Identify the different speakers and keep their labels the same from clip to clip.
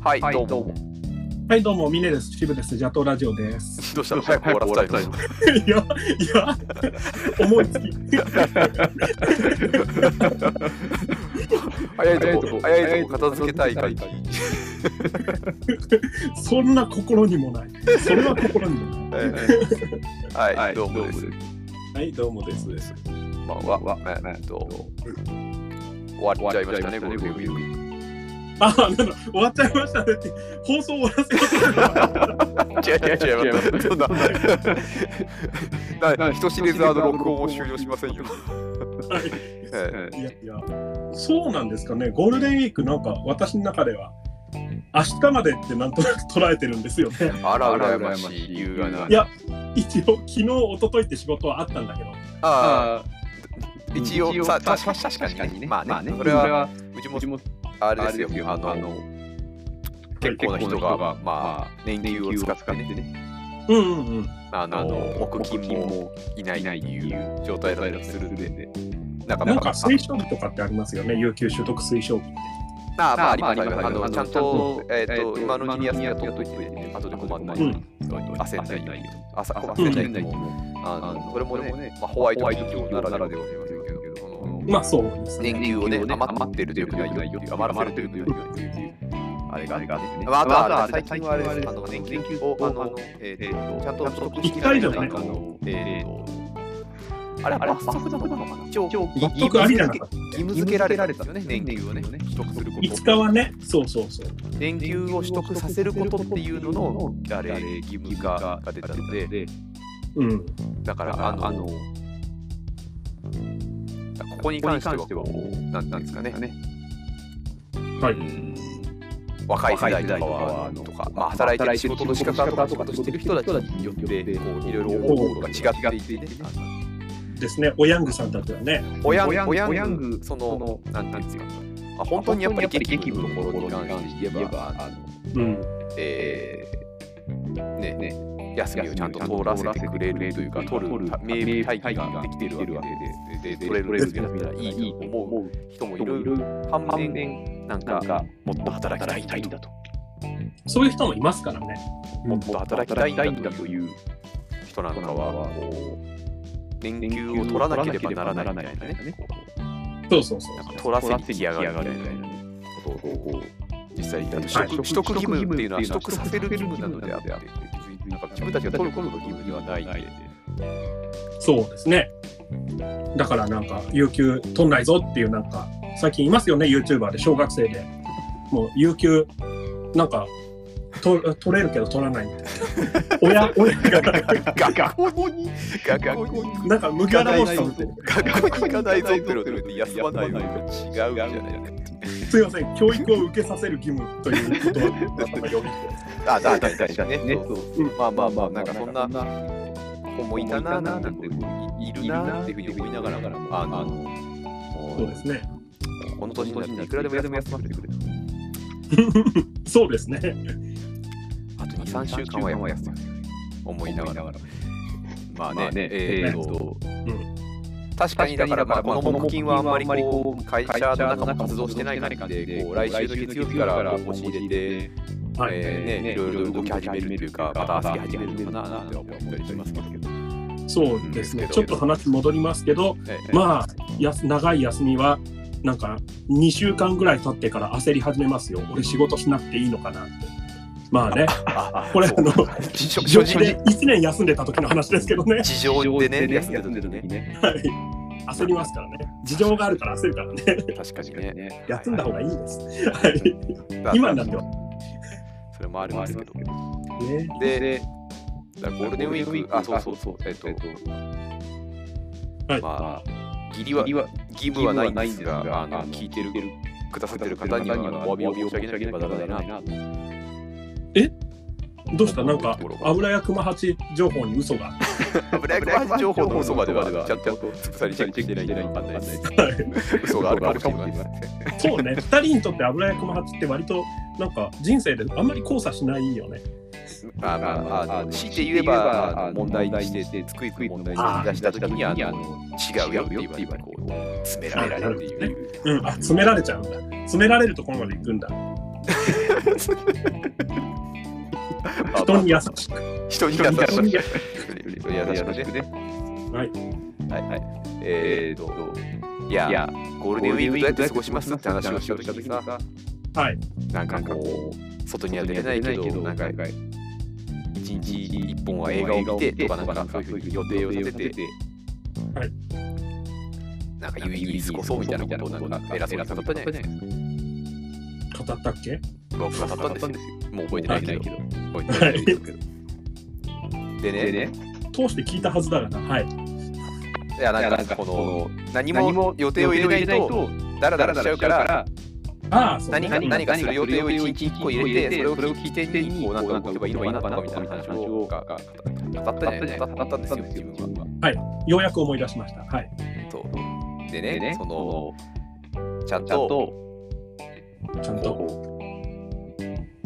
Speaker 1: はい、どうも。
Speaker 2: はい、どうも、ミネです。渋です。ジャトーラジオです。
Speaker 1: どうしたの早く終わらせたいの。
Speaker 2: いや、いや、思いつき。
Speaker 1: 早い
Speaker 3: 早い
Speaker 1: と
Speaker 3: と
Speaker 1: こ、
Speaker 3: こ
Speaker 1: 早いとこ片付けたい会。
Speaker 2: そんな心にもない。それは心にも
Speaker 1: えーは、
Speaker 3: はいい、
Speaker 1: ど
Speaker 3: どう
Speaker 1: うも
Speaker 3: も
Speaker 1: で
Speaker 3: ですす。。
Speaker 2: ない。はい、どうもです。
Speaker 1: まあ、わ、わ、えーっと。終わっちゃいましたね、ゴールデンウィーク。
Speaker 2: あ、なんだ、終わっちゃいましたねって、放送終わらせようとしてた
Speaker 1: 違 う違う違う、待ってそんな。な
Speaker 3: な
Speaker 1: 人知れずあの録音を終了しませんよ。
Speaker 2: はい
Speaker 1: え
Speaker 2: いやいや、そうなんですかね。ゴールデンウィークなんか私の中では明日までってなんとなく捉えてるんですよ ね。
Speaker 1: ーあら、羨ましい理由がない
Speaker 2: い。や、一応昨日一昨日って仕事はあったんだけど、
Speaker 3: あ
Speaker 1: ああ、一応、さ、
Speaker 3: さ
Speaker 1: 確
Speaker 3: 確か
Speaker 1: かに、確
Speaker 3: 確
Speaker 1: か
Speaker 3: か
Speaker 1: に
Speaker 3: に
Speaker 1: ね。
Speaker 3: ね。
Speaker 1: ま
Speaker 3: ま
Speaker 1: あ
Speaker 3: あ
Speaker 1: ね、
Speaker 3: ね、
Speaker 1: そ
Speaker 3: そ
Speaker 1: れ
Speaker 3: れ
Speaker 1: は、
Speaker 3: は、
Speaker 1: うち
Speaker 3: う
Speaker 1: も
Speaker 3: ち、も
Speaker 1: あ
Speaker 3: あ
Speaker 1: れ
Speaker 3: れ
Speaker 1: で
Speaker 3: ですす
Speaker 1: よ、
Speaker 3: よ、
Speaker 1: あ
Speaker 3: あ
Speaker 1: の、
Speaker 3: の、
Speaker 1: 結
Speaker 3: 結
Speaker 1: 構
Speaker 3: 構な
Speaker 1: な人
Speaker 3: 人
Speaker 1: が、
Speaker 3: が、
Speaker 1: ま
Speaker 3: ま
Speaker 1: あ、年
Speaker 3: 電
Speaker 1: 休
Speaker 3: 球
Speaker 1: を
Speaker 3: を
Speaker 1: 使
Speaker 3: 使
Speaker 1: っ
Speaker 3: ってて
Speaker 1: ね、
Speaker 3: ね、
Speaker 2: うんうんうん。
Speaker 1: あ
Speaker 3: あ
Speaker 1: の、
Speaker 3: の、
Speaker 1: 木
Speaker 3: 木
Speaker 1: 金
Speaker 3: 金
Speaker 1: も
Speaker 3: も
Speaker 1: いない
Speaker 3: い
Speaker 1: っ
Speaker 3: な
Speaker 1: て
Speaker 3: いって
Speaker 1: い
Speaker 3: いうう
Speaker 1: 状態
Speaker 3: 状態
Speaker 1: だ
Speaker 3: だ
Speaker 1: っ
Speaker 3: ったたり
Speaker 1: りす
Speaker 3: す
Speaker 1: る
Speaker 3: る
Speaker 1: ん
Speaker 3: ん
Speaker 1: で、
Speaker 3: で、
Speaker 1: なんか
Speaker 2: なん
Speaker 1: ま
Speaker 2: か
Speaker 1: あ
Speaker 2: 推奨日とかってありますよね。有給取得推奨日。
Speaker 1: まあ、まあ、あり
Speaker 3: まあ
Speaker 1: ますあります
Speaker 3: あ
Speaker 1: あ
Speaker 3: ります
Speaker 1: の、ちゃ
Speaker 3: ちゃ
Speaker 1: ん
Speaker 3: ん
Speaker 1: と
Speaker 3: と、
Speaker 1: え
Speaker 3: え
Speaker 1: っ
Speaker 3: っ
Speaker 1: と、
Speaker 3: と、
Speaker 1: 今
Speaker 3: 今
Speaker 1: の
Speaker 3: の
Speaker 1: う
Speaker 3: う
Speaker 1: ち
Speaker 3: ち
Speaker 1: に
Speaker 3: に
Speaker 1: 休み
Speaker 3: 休み
Speaker 1: は取
Speaker 3: 取
Speaker 1: っ
Speaker 3: っ
Speaker 1: と
Speaker 3: と
Speaker 1: い
Speaker 3: いて、後で
Speaker 1: て、後で困
Speaker 3: 困
Speaker 1: ん
Speaker 3: ん
Speaker 1: な
Speaker 3: ないい
Speaker 1: よ
Speaker 3: よう
Speaker 1: う
Speaker 3: に。
Speaker 1: に焦焦
Speaker 3: 焦
Speaker 1: ん
Speaker 3: んないい
Speaker 1: なよ
Speaker 3: よ
Speaker 1: う
Speaker 3: う
Speaker 1: に
Speaker 3: に。
Speaker 1: あ
Speaker 3: 焦
Speaker 1: 焦ん
Speaker 3: んないいように。
Speaker 1: なようにあ
Speaker 3: あ
Speaker 1: の
Speaker 3: の、
Speaker 1: そ
Speaker 3: そ
Speaker 1: れ
Speaker 3: れ
Speaker 1: も
Speaker 3: も
Speaker 1: ね
Speaker 3: ね、
Speaker 1: ま
Speaker 3: まあ、
Speaker 1: あホ
Speaker 3: ホ
Speaker 1: ワ
Speaker 3: ワ
Speaker 1: イ
Speaker 3: イ
Speaker 1: ト
Speaker 3: ト企
Speaker 1: 企業
Speaker 3: 業に
Speaker 1: にな
Speaker 3: な
Speaker 1: ら
Speaker 3: ら
Speaker 1: な
Speaker 3: な
Speaker 1: る
Speaker 3: る
Speaker 1: け
Speaker 3: け
Speaker 1: ど
Speaker 3: ど、
Speaker 1: その
Speaker 2: まあそうですね。
Speaker 1: 年休をね、余ってるとよくないよっていう、余余ってるとよくないっていう、あれがあれが。まあ、あとはあれ最近はあれです、あの、年金を、あの、えっと、ちゃんと取得してないと、あの、えっと、あれ、あれ、罰則なのかな一応、義
Speaker 2: 罰則ありじゃなかっ
Speaker 1: 務付けられたんですよね、年金をね、取得するこ
Speaker 2: た。い
Speaker 1: と
Speaker 2: つ。かはね、そうそうそう。
Speaker 1: 年休を取得させることっていうののあれ義務化が出たので、
Speaker 2: うん。
Speaker 1: だから、あの、ここに関してはこう、なんなんですかね、
Speaker 2: はい。
Speaker 1: 若い世代とかは、とか、まあ、働いてる仕事の仕方とかとしてる人たちによって、こういろいろ思うことが違っていて、
Speaker 2: ですね。おヤングさんたちはね。
Speaker 1: 親ぐ、その、なんていうんですか、本当にやっぱり激務のところに関して言えば、あの
Speaker 2: うん。
Speaker 1: えーねね、休みをちゃんと通らせてくれるというか、取るたメール待機ができてるわけで、でで取れる休みだったらいいと思う
Speaker 3: う
Speaker 1: 人もい
Speaker 3: 人もい
Speaker 1: る
Speaker 3: る
Speaker 1: 反
Speaker 3: 反
Speaker 1: 面、
Speaker 3: 面、
Speaker 1: なん
Speaker 3: なん
Speaker 1: か、
Speaker 3: か、もっと働きたいんだと。
Speaker 2: そういう人もいますからね。
Speaker 3: もっと働きたいんだという
Speaker 1: 人なん
Speaker 3: な
Speaker 1: か
Speaker 3: んか
Speaker 1: は
Speaker 3: は、、
Speaker 1: こ
Speaker 3: こ
Speaker 1: う年
Speaker 3: う、
Speaker 1: 休
Speaker 3: 休
Speaker 1: を
Speaker 3: を
Speaker 1: 取
Speaker 3: 取ら
Speaker 1: らな
Speaker 3: な
Speaker 1: け
Speaker 3: け
Speaker 1: れ
Speaker 3: れ
Speaker 1: ば
Speaker 3: ば
Speaker 1: な
Speaker 3: な
Speaker 1: ら
Speaker 3: ら
Speaker 1: な
Speaker 3: ないい
Speaker 1: み
Speaker 3: み
Speaker 1: た
Speaker 3: た
Speaker 1: い
Speaker 3: いな
Speaker 1: なね
Speaker 3: ね、、
Speaker 2: そうそうそう。
Speaker 1: なんか取
Speaker 3: 取
Speaker 1: ら
Speaker 3: ら
Speaker 1: せ
Speaker 3: せ
Speaker 1: て
Speaker 3: て
Speaker 1: き
Speaker 3: き
Speaker 1: や
Speaker 3: や
Speaker 1: が
Speaker 3: が
Speaker 1: る
Speaker 3: る
Speaker 1: み
Speaker 3: み
Speaker 1: た
Speaker 3: た
Speaker 1: い
Speaker 3: い
Speaker 1: な
Speaker 3: な
Speaker 1: ね
Speaker 3: ね
Speaker 1: ことをこう実際に
Speaker 3: はい
Speaker 1: 取得取得義務っていうのは取
Speaker 3: 取得
Speaker 1: 得させる義務なのであって、別になんか自分たちが取ることの義務ではないんで、
Speaker 2: そうですね。だからなんか、有給取んないぞっていうなんか、最近いますよね、YouTuber で、小学生で。もう、有給、なんか、と取れるけど取らないみたい な。親、親が、
Speaker 1: 学校に学校に
Speaker 2: なんか、無駄なもん
Speaker 1: 行学校に行かないぞって言われて休まないのは違うじゃない
Speaker 2: すいません、教育を受けさせる義務ということだったのよ
Speaker 1: あ、だ、だ、
Speaker 3: 確か
Speaker 1: だ、
Speaker 3: に
Speaker 1: だ、ね。
Speaker 3: ね
Speaker 1: そう
Speaker 2: うん
Speaker 1: まあまあまあ、なんかそんな子もいたな、なんて、いるなっていうふうに思いながら、あの、も
Speaker 2: そうですね。
Speaker 1: うこの年になっていくらでも休ませてくれる。
Speaker 2: そうですね。
Speaker 1: あと2、3週間はやっぱ休ませてくれる。思いながら。まあ
Speaker 3: まあ
Speaker 1: ね、
Speaker 3: ね
Speaker 1: えー
Speaker 3: えー
Speaker 1: と
Speaker 2: うん、
Speaker 1: 確かにだから、まあ、この木金はあんまりこう、会社の中も活動してない感じで、こう、来週の月曜日から押し入れて、
Speaker 2: はい。
Speaker 1: えーね、い
Speaker 3: ね
Speaker 1: ろいろ動き始めるっていうか、また焦り始めるのかななんて思ったりしますけど、
Speaker 2: そうですね。ちょっと話戻りますけど、まあ、やす長い休みは、なんか2週間ぐらい経ってから焦り始めますよ。俺仕事しなくていいのかなって。まあ ね、
Speaker 1: あ
Speaker 2: これあの、
Speaker 1: 所所
Speaker 2: 所持
Speaker 1: 持
Speaker 2: で
Speaker 1: で
Speaker 2: 1年休んでた時の話ですけど ね。
Speaker 1: 事情でね、休んで
Speaker 3: 休
Speaker 1: た
Speaker 3: んで
Speaker 1: 時
Speaker 3: る
Speaker 1: ね
Speaker 3: 時、ね。
Speaker 2: はい。焦りますからね。事情があるから焦るからね。
Speaker 1: 確かにね、
Speaker 3: ね。
Speaker 2: 休んだ方がいいです。はい。今になっては。
Speaker 1: それもあるんですけど、
Speaker 2: ね。
Speaker 1: で、だからゴールデンウィーク、あ、そうそうそう、えっと、
Speaker 2: はい
Speaker 1: ま
Speaker 3: あ、
Speaker 1: あ、義理は
Speaker 3: 義理は
Speaker 1: 義務はないんですが、あの聞いてる、くださってる方には、お詫びを申し上げなければならないなと。
Speaker 2: どうしたなんか、油や熊八情報に嘘が。は
Speaker 1: ブラック情報の嘘までは、ちゃんとつぶさにチェックしてないんで、わかんないです。
Speaker 2: い。
Speaker 1: 嘘があるかもしれないです。
Speaker 2: そう ね、2人にとって油や熊八って割となんか人生であんまり交差しないよね。
Speaker 1: まあまあまあ、あの強いて言えば、あの問題にして、つくいく問題に出したときに、あの違うよって言われて、こう、詰められるっていう。
Speaker 2: うん、あ詰められちゃうんだ。詰められるところまで行くんだ。人に優しく。
Speaker 1: 人に優しく。人に優しくね。
Speaker 2: はい。
Speaker 1: はいはい。えーと、いや、ゴールデンウィークどうやって過ごしますって話をしようとした時さ、
Speaker 2: はい。
Speaker 1: なんかこう、外には出れないけど、なんか、一日一本は映画を見てとか、なんかそういう予定を立てて、
Speaker 2: はい。
Speaker 1: なんか、ゆいゆい過ごそうみたいなことを、なんか、偉そうに語ったじゃないですか。
Speaker 2: 語ったっけ
Speaker 1: 僕が語ったんですよ。もう覚えてないけど。覚え
Speaker 2: はい
Speaker 1: てないけど。でね、
Speaker 2: 通して聞いたはずだがな。はい。
Speaker 1: いやなんかこの何も予定を入れないとダラダラしちゃうから
Speaker 2: ああ、そう、
Speaker 1: 何
Speaker 2: ね。
Speaker 1: か何かする予定を1日1個入れてそれを聞いてにこうなんか動けばいいのかなみたいな話を語ったじゃない語ったんですよ自分は。
Speaker 2: ようやく思い出しました。はい。
Speaker 1: そうでねそのちゃんと
Speaker 2: ちゃんと。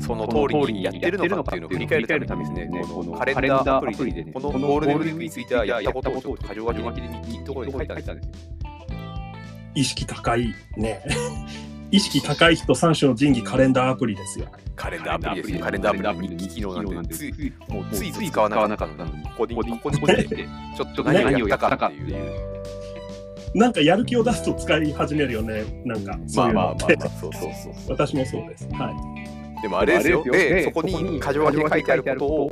Speaker 1: その通りにやってるのかっていうのを振り返るためにですねこのカレンダーアプリでこのゴールデンウィークについてはやったことをちょっと過剰書きで日記のところに書いたんですよ。
Speaker 2: 意識高いね。 意識高い人三種の神器カレンダーアプリですよ。
Speaker 1: カレンダーアプリですよカレンダーアプリ日記機能なんてついもうついつい使わなかったのにここにここにここに来てちょっと何をやったかっていう
Speaker 2: なんかやる気を出すと使い始めるよね。なんかそういうのって。
Speaker 1: そうそうそう
Speaker 2: 私もそうです。はい。
Speaker 1: でもあれですよでそこに過剰書きで書いてあることを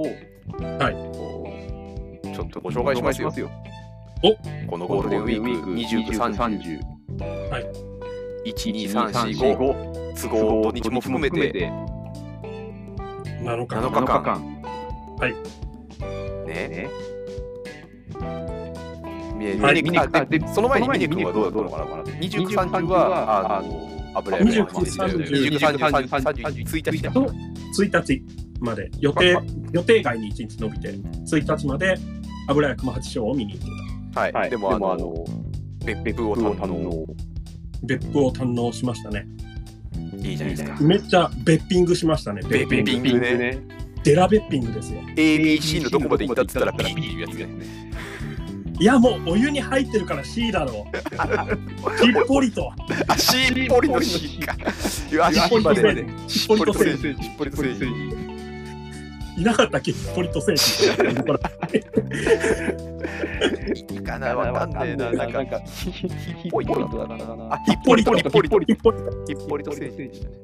Speaker 2: はい
Speaker 1: いちょっとご紹介しますよこのゴールデンウィーク2930
Speaker 2: 30はい
Speaker 1: 12345都合土日も含めて
Speaker 2: 7日
Speaker 1: 7
Speaker 2: 間。
Speaker 1: 日間
Speaker 2: はい
Speaker 1: ね見え
Speaker 2: はい
Speaker 1: 見にあでその前にミネ君はどうだったのかな29、30はあの油絵の話だよね
Speaker 2: 29
Speaker 1: 29、30、31、1日
Speaker 2: と1日まで予定予定外に1日伸びて1日まで油屋熊八賞を見に行って
Speaker 1: はい、
Speaker 3: はい
Speaker 1: でもあ
Speaker 3: でもあ
Speaker 1: の別府を堪能
Speaker 2: た別府を堪能しましたね
Speaker 1: いいじゃないですか
Speaker 2: めっちゃ別ッピングしましたね
Speaker 1: 別府ピングね
Speaker 2: デラ別ッピングですよ
Speaker 1: ABC のどこまで行ったっつったら B っていうやつね
Speaker 2: いやもうお湯に入ってるから C だろ うしっぽりと
Speaker 1: あしっぽりの C かいや
Speaker 2: しっ
Speaker 1: C
Speaker 2: ぽり
Speaker 1: ま
Speaker 2: と
Speaker 1: で
Speaker 2: せ
Speaker 1: ね
Speaker 2: しっぽりとせい
Speaker 1: しっぽりとせいしっぽりとせい
Speaker 2: いなかったっけしっぽりとせいし
Speaker 1: いいかなわかんねえななんか
Speaker 3: なんか、
Speaker 1: ぽいと
Speaker 3: だな
Speaker 1: あ、ヒッポリとヒッポリと
Speaker 2: しっぽりと
Speaker 1: ヒッポリとせいでしたね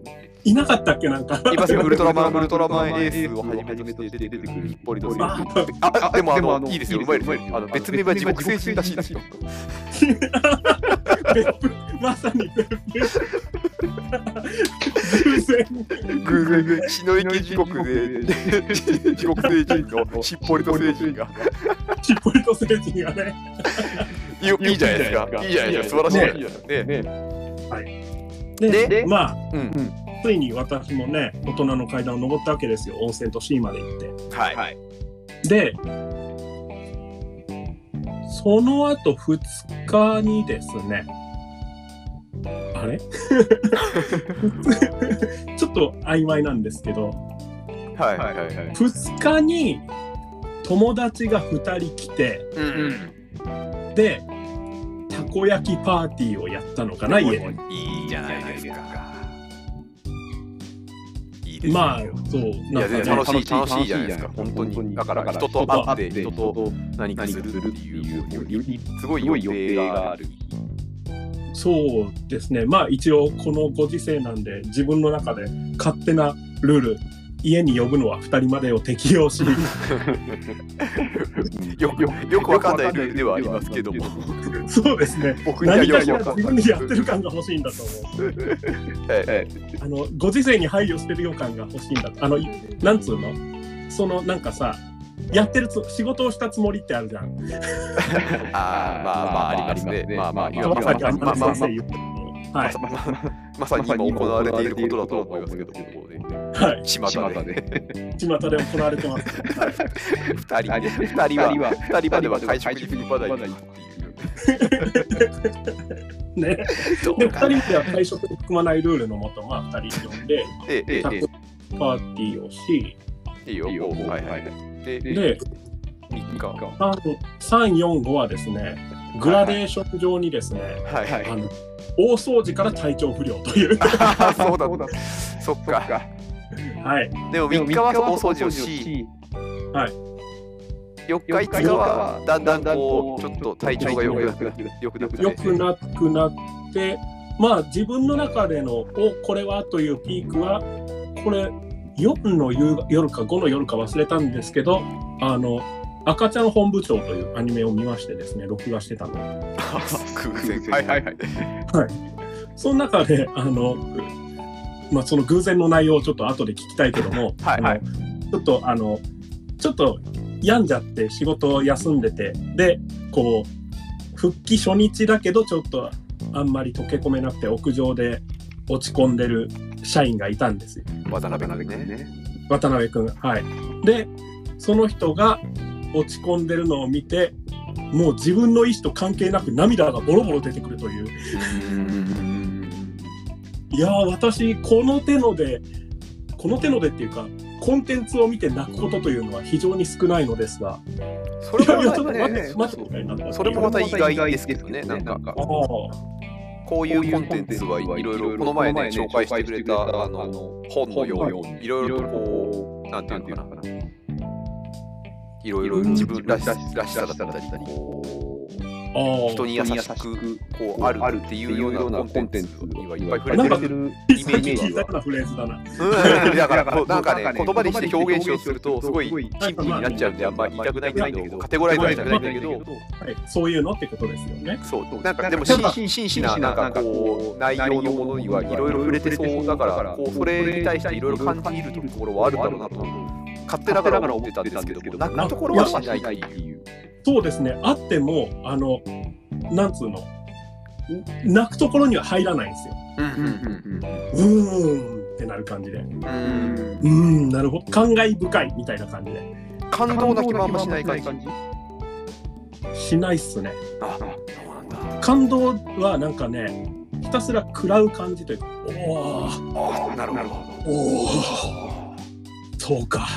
Speaker 2: いなかったっけなんか
Speaker 1: 今すぐウルトラマンウルトラマンエースをはじめとして出てくるヒッポリとせい
Speaker 2: あ
Speaker 1: ああでもあのいいですようまいですよあの別名は地獄先生らしい ですよ
Speaker 2: 別府まさに別府偶然
Speaker 1: 偶然血の池地獄で地獄星人のしっぽりと星人が
Speaker 2: しっぽりと成人がね、
Speaker 1: いいいいじゃないですかいいじゃないですか素晴らしいじゃないですかねでで
Speaker 2: まあ、
Speaker 1: うん
Speaker 2: ついに私もね、大人の階段を登ったわけですよ、温泉都市まで行っ
Speaker 1: はいはい
Speaker 2: て。で、その後2日にですね、あれ ちょっと曖昧なんですけど、
Speaker 1: はいはいはい
Speaker 2: 2日に友達が2人来て、
Speaker 1: うん
Speaker 2: で、たこ焼きパーティーをやったのかな、家で。
Speaker 1: うんいいじゃないですかいいですね
Speaker 2: まあ
Speaker 1: い、
Speaker 2: そう、な
Speaker 1: や全
Speaker 2: んかね
Speaker 1: 然楽しい楽しいじゃないですか本当にだから人と会って人と何かするっていうすごい良い予定がある
Speaker 2: そうですね、まあ一応このご時世なんで自分の中で勝手なルール家に呼ぶのは2人までを適用し
Speaker 1: よよよくわかんないルールではありますけども
Speaker 2: そうですね
Speaker 1: 僕には
Speaker 2: 何
Speaker 1: よ
Speaker 2: か
Speaker 1: く
Speaker 2: しら
Speaker 1: わかん
Speaker 2: 自
Speaker 1: ない
Speaker 2: 分でやってる感が欲しいんだと思う
Speaker 1: ええ
Speaker 2: あのご時世に配慮してるよ感が欲しいんだとあのいなんつうのそのなんかさやってるつ仕事をしたつもりってあるじゃん。
Speaker 1: あーまあまあありますねまあまあ今
Speaker 2: ま
Speaker 1: ま
Speaker 2: さ
Speaker 1: さ
Speaker 2: に
Speaker 1: に
Speaker 2: あ
Speaker 1: まあまあまあま
Speaker 2: んまり先生言ってもはい
Speaker 1: さままさに今行われていることだとは思いますけどもね
Speaker 2: はい
Speaker 1: 巷で
Speaker 2: 巷で行われてます。はい
Speaker 1: 二人二人は二人までは会食に踏みまないっていう
Speaker 2: ね、で
Speaker 1: ど
Speaker 2: 2人では会食に含まないルールのもと、まあ、2人呼んで、
Speaker 1: ええ
Speaker 2: パ
Speaker 1: え
Speaker 2: ーティーをし、
Speaker 1: えいいよはいはいで
Speaker 2: で、
Speaker 1: 3日は
Speaker 2: 3、4、5はですね、グラデーション上にですね、
Speaker 1: いはい
Speaker 2: あの大掃除から体調不良という、
Speaker 1: あーそうだったそっか。
Speaker 2: はい。
Speaker 1: でも3日はお掃除をし、4日5日はだんだんこう、ちょっと体調が良くなく良くなく
Speaker 2: 良くなくなって、まあ自分の中での、おこれはというピークは、これ、4の夕夜か5の夜か忘れたんですけど、あの、赤ちゃん本部長というアニメを見ましてですね、録画してたの。
Speaker 1: 偶然。はいはいはい。
Speaker 2: その中で、あの、まあその偶然の内容をちょっと後で聞きたいけども、
Speaker 1: はいはい。
Speaker 2: ちょっとあのちょっと病んじゃって仕事を休んでてでこう復帰初日だけどちょっとあんまり溶け込めなくて屋上で落ち込んでる社員がいたんですよ
Speaker 1: 渡辺君ね。
Speaker 2: 渡辺君はいでその人が落ち込んでるのを見てもう自分の意思と関係なく涙がボロボロ出てくるといういやー私この手のでこの手のでっていうかコンテンツを見て泣くことというのは非常に少ないのですが
Speaker 1: そ
Speaker 2: い
Speaker 1: れ
Speaker 2: やいやちょ
Speaker 1: も
Speaker 2: っと待って
Speaker 1: ま
Speaker 2: 待
Speaker 1: た
Speaker 2: っ
Speaker 1: ね
Speaker 2: てみたいになったっていう
Speaker 1: それもまた意外ですけどね、なんか、
Speaker 2: ああ
Speaker 1: こういうコンテンツはいろいろ、この前ね、紹介してくれた、あの、本のように、いろいろとこう、なんていうのかな、いろいろ自分らしらしさだったり、こう、
Speaker 2: ああ
Speaker 1: 人に優しく、こう、あるっていうようなコンテンツがいっぱい触れ
Speaker 2: なん
Speaker 1: て
Speaker 2: か
Speaker 1: る。
Speaker 4: る
Speaker 1: イメージ
Speaker 2: 小
Speaker 1: は
Speaker 2: さなフレーズだな。
Speaker 1: うんだから、こうなんかね、言葉にして表現しようとすると、すごい、キンプになっちゃうんで、あんまり言いたくないんだけど、カテゴライズはしたくないんだけど、
Speaker 2: はい、そういうのってことですよね。
Speaker 1: そう、なんかでも真摯真摯な、なんかこう、内容のものにはいろいろ触れてそうだから、こう、それに対していろいろ感じるところはあるだろうなと、勝手ながら思ってたんですけど、なかところはしないっていう。
Speaker 2: そうですね。あっても、あの、なんつうの、ん泣くところには入らないんですよ。
Speaker 1: うん
Speaker 2: うーんってなる感じで。う
Speaker 1: うんうん。
Speaker 2: ーん、なるほど。感慨深いみたいな感じで。
Speaker 1: 感動な気もあんましない感じ。
Speaker 2: しないっすね。
Speaker 1: あ、そうなんだ。
Speaker 2: 感動はなんかね、ひたすら食らう感じというか、おー、
Speaker 1: あなるほど。
Speaker 2: おー、そうか。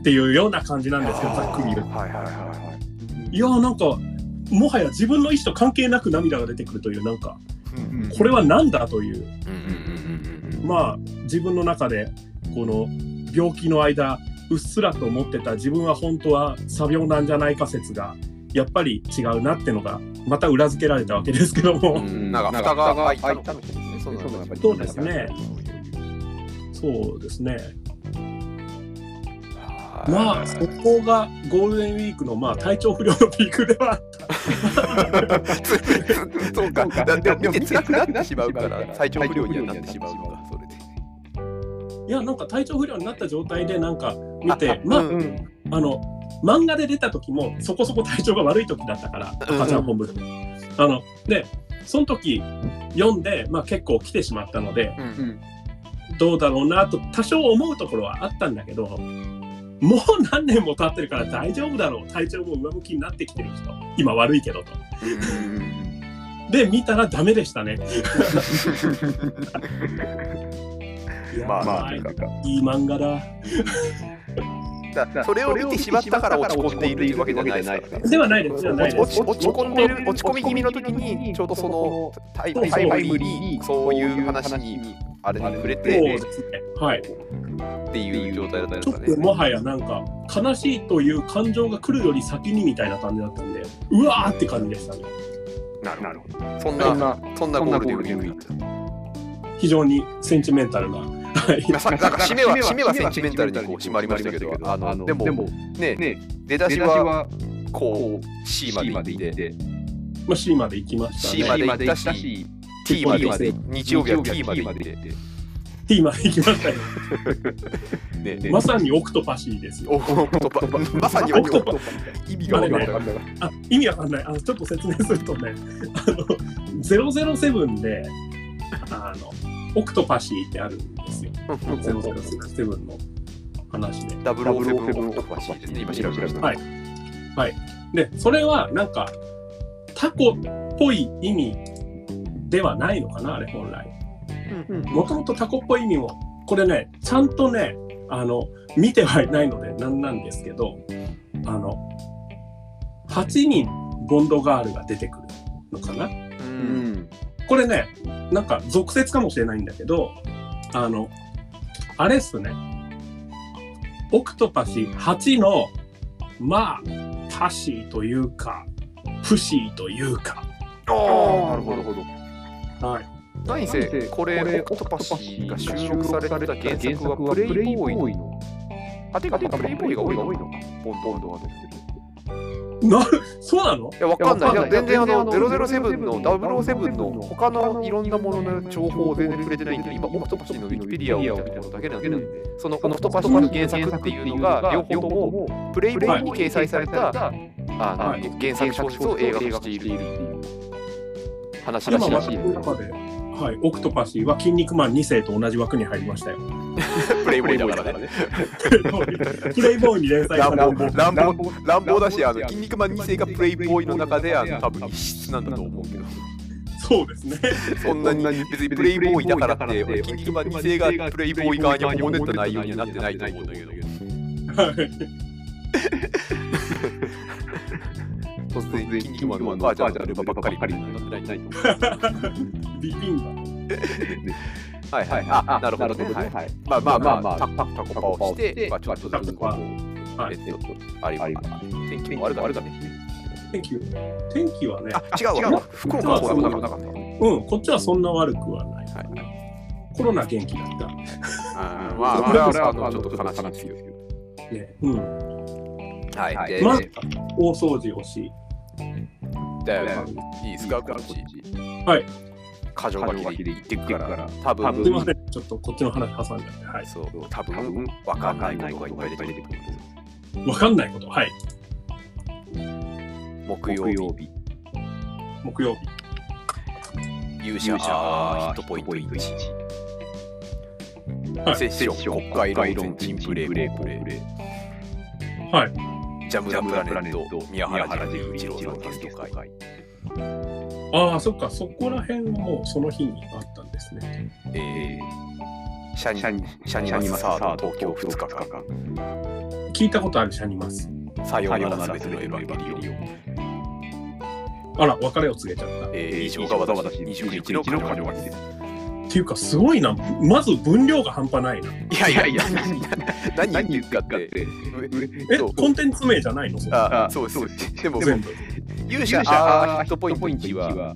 Speaker 2: っていうような感じなんですけど、ざっくり言うと
Speaker 1: はいはいはい
Speaker 2: やーなんかもはや自分の意思と関係なく涙が出てくるというなんか
Speaker 1: い。
Speaker 2: これは何だという
Speaker 1: うんうんうん
Speaker 2: まあ自分の中でこの病気の間うっすらと思ってた自分は本当は詐病なんじゃないか説がやっぱり違うなってのがまた裏付けられたわけですけど
Speaker 1: う
Speaker 2: も、
Speaker 1: んうん。なんか蓋が開いたのかもしれないですね。
Speaker 2: そうですね。そうですね まあそこがゴールデンウィークのまあ体調不良のピークでは
Speaker 1: そうか、だって見て辛くなってしまうから、最長不良にはなってしまうのか、それで。
Speaker 2: いやなんか体調不良になった状態でなんか見てまあ
Speaker 1: うん
Speaker 2: あの漫画で出た時もそこそこ体調が悪い時だったから
Speaker 1: うん
Speaker 2: 赤ちゃん本部で、あのでその時読んで、まあ、結構来てしまったのでどうだろうなと多少思うところはあったんだけどもう何年も経ってるから大丈夫だろう体調も上向きになってきてる人今悪いけどとで見たらダメでしたね
Speaker 1: まあまあ、
Speaker 2: いい漫画だ
Speaker 1: それを見てしまったから落ち込んでいるわけじゃないですから。
Speaker 2: ではないですではないで
Speaker 1: 落
Speaker 2: す
Speaker 1: ち込んでる落ち込み気味の時にちょうどそのタイタイムリーそういう話にあれに触れ
Speaker 2: そうで
Speaker 1: て
Speaker 2: すねはい
Speaker 1: っていう状態だったんで
Speaker 2: ちょ
Speaker 1: す
Speaker 2: っ
Speaker 1: か
Speaker 2: と
Speaker 1: ね。
Speaker 2: もはやなんか悲しいという感情が来るより先にみたいな感じだったんでうわーって感じでしたね
Speaker 1: なるほど。そんなそんなゴールデンウィークだった。
Speaker 2: 非常にセンチメンタルな。はい
Speaker 1: いやさなんか締めは締めはセンチメンタルにこう締まりましたけど、あのでもね出だしはこう C まで行って、
Speaker 2: まあ、C まで行きました
Speaker 1: C
Speaker 2: ね。
Speaker 1: まで行ったし、T まで行って、日曜日は T まで行って、
Speaker 2: T まで行きま したね。
Speaker 1: ね
Speaker 2: まさにオクトパシーですよ。
Speaker 1: オクトパまさにオクトパ意味が分からなかっ
Speaker 2: あ意味わかんないあの。ちょっと説明するとね、あの007であのオクトパシーってあるんですよ。
Speaker 1: た。
Speaker 2: 007の話で。
Speaker 1: ダブルオブオクトパシーですね、今調べました。
Speaker 2: はい。で、それはなんかタコっぽい意味ではないのかな、あれ本来。もともとタコっぽい意味も、これね、ちゃんとね、あの、見てはいないので、なんなんですけど、あの、8人ボンドガールが出てくるのかなこれね、なんか、俗説かもしれないんだけど、あの、あれっすね。オクトパシー8の、まあ、パシーというか、プシーというか。
Speaker 1: ああ、なるほど。
Speaker 3: ほど。
Speaker 2: はい。
Speaker 1: 何せ、これ、オクトパシーが収録された原作はプレイボーイの。あ、てか、プレイボーイが多いのか。ボンドボンドはですけど。
Speaker 2: な、そうなの
Speaker 1: いや、わかんない。い
Speaker 4: いや
Speaker 1: や
Speaker 4: わかんない
Speaker 1: 全然あ
Speaker 4: いや
Speaker 1: の、
Speaker 4: 全然あの
Speaker 1: 007の、007の他のいろんなものの情報を全然触れてないんで、今、オクトパシーのウィキペディアを見たところだけなんで、そのオクトパシーの原作っていうのが、両方ともプレイボーイに掲載されたあ
Speaker 2: はい
Speaker 1: の原作小説を映画化している話ら
Speaker 2: 今
Speaker 1: しい
Speaker 2: 私の中で、はい、オクトパシーは筋肉マン2世と同じ枠に入りましたよ。
Speaker 1: プレイボーイだからね。
Speaker 2: プレイボーイプレイボーイに連載された
Speaker 1: 乱暴乱暴乱暴だし、あの、筋肉マン2世がプレイボーイの中で、あの、多分異質なんだと思うけど、
Speaker 2: そうですね。
Speaker 1: そんなに別にプレイボーイだからって、俺筋肉マン2世がプレイボーイ側に思うねった内容にはなってないと思うんだけど。
Speaker 2: はい
Speaker 1: 突然、筋肉マンのおばあちゃんのルバばっかりになってないと思う。
Speaker 2: ビビン
Speaker 1: はいはい。あ、なるほどね。はいはい。まあまあまあまあ、タコタコパをして、まあちょっと
Speaker 2: バ、
Speaker 1: ずつ
Speaker 2: タコパ
Speaker 1: こ。う、
Speaker 2: は
Speaker 1: え
Speaker 2: い。
Speaker 1: っと、あります。天気も悪かったね。
Speaker 2: 天気、天気はね、
Speaker 1: あ、違うわ。福岡はそうでもなかった。
Speaker 2: うん、こっちはそんな悪くはない。
Speaker 1: はい。
Speaker 2: コロナ元気だった。
Speaker 1: あーまあ、これは、これは、あの、ちょっと悲しいんですけど。
Speaker 2: ね、うん。
Speaker 1: はい。で、
Speaker 2: まあ、大掃除をし、
Speaker 1: だよね。いいですか、こっち。
Speaker 2: はい。
Speaker 1: 過剰書きで言ってくから、多
Speaker 2: すいま
Speaker 1: 分、
Speaker 2: せん、ちょっとこっちの話挟んじゃって、は
Speaker 1: そう、多分、わかんないことがいっぱい出てくると思うんですよ。
Speaker 2: い。わかんないこと、はい。
Speaker 1: 木曜日、
Speaker 3: 日。
Speaker 2: 木曜日。
Speaker 1: 勇者
Speaker 3: 勇者
Speaker 1: あーヒットポイント
Speaker 3: 1
Speaker 1: 1。。
Speaker 2: はい
Speaker 1: セッション、国会論全人プレイプレイプレイ。
Speaker 2: はい。
Speaker 1: ジャムダ
Speaker 3: ダ
Speaker 1: ム
Speaker 3: ム
Speaker 1: ラ
Speaker 3: ラ
Speaker 1: プ
Speaker 3: プ
Speaker 1: ラ
Speaker 3: ラ
Speaker 1: ネ
Speaker 3: ネ
Speaker 1: ッ
Speaker 3: ッ
Speaker 1: ト
Speaker 3: ト、
Speaker 1: 宮
Speaker 3: 宮
Speaker 1: 原
Speaker 3: 原
Speaker 1: ジ
Speaker 3: ジ
Speaker 1: ェ
Speaker 3: ェ
Speaker 1: フ
Speaker 3: フ
Speaker 1: 一
Speaker 3: 一
Speaker 1: 郎
Speaker 3: 郎
Speaker 1: の
Speaker 3: の
Speaker 1: ゲ
Speaker 3: ゲ
Speaker 1: ス
Speaker 3: ス
Speaker 1: ト
Speaker 3: ト
Speaker 1: 会
Speaker 3: 会。
Speaker 2: ああ、そっか、そこら辺はもうその日にあったんですね。
Speaker 1: えー、シャニ
Speaker 3: シャニ
Speaker 1: シャニマスサード東京2日間。
Speaker 2: 聞いたことあるシャニマス。
Speaker 1: さよ
Speaker 3: よ
Speaker 1: う
Speaker 3: う
Speaker 1: な
Speaker 3: な
Speaker 1: ら
Speaker 3: ら
Speaker 1: す
Speaker 3: 全
Speaker 1: べて
Speaker 3: て
Speaker 1: の
Speaker 3: の
Speaker 1: エ
Speaker 3: エ
Speaker 1: ヴ
Speaker 3: ヴ
Speaker 1: ァ
Speaker 3: ァ
Speaker 1: ン
Speaker 3: ンゲ
Speaker 1: ゲリ
Speaker 3: リ
Speaker 1: オ
Speaker 3: オ
Speaker 1: ン。
Speaker 2: あら、別れを告げちゃった。っ
Speaker 1: えー、以上が私29日の過剰書きです。
Speaker 2: ていうか、すごいな。まず分量が半端ないな。
Speaker 1: いやいやいや、何何言うかって。
Speaker 2: え、
Speaker 1: そう
Speaker 2: コンテンツ名じゃないのそれ
Speaker 1: あそうです。でも、
Speaker 2: 全部。
Speaker 1: 勇者あーヒットポイント1は、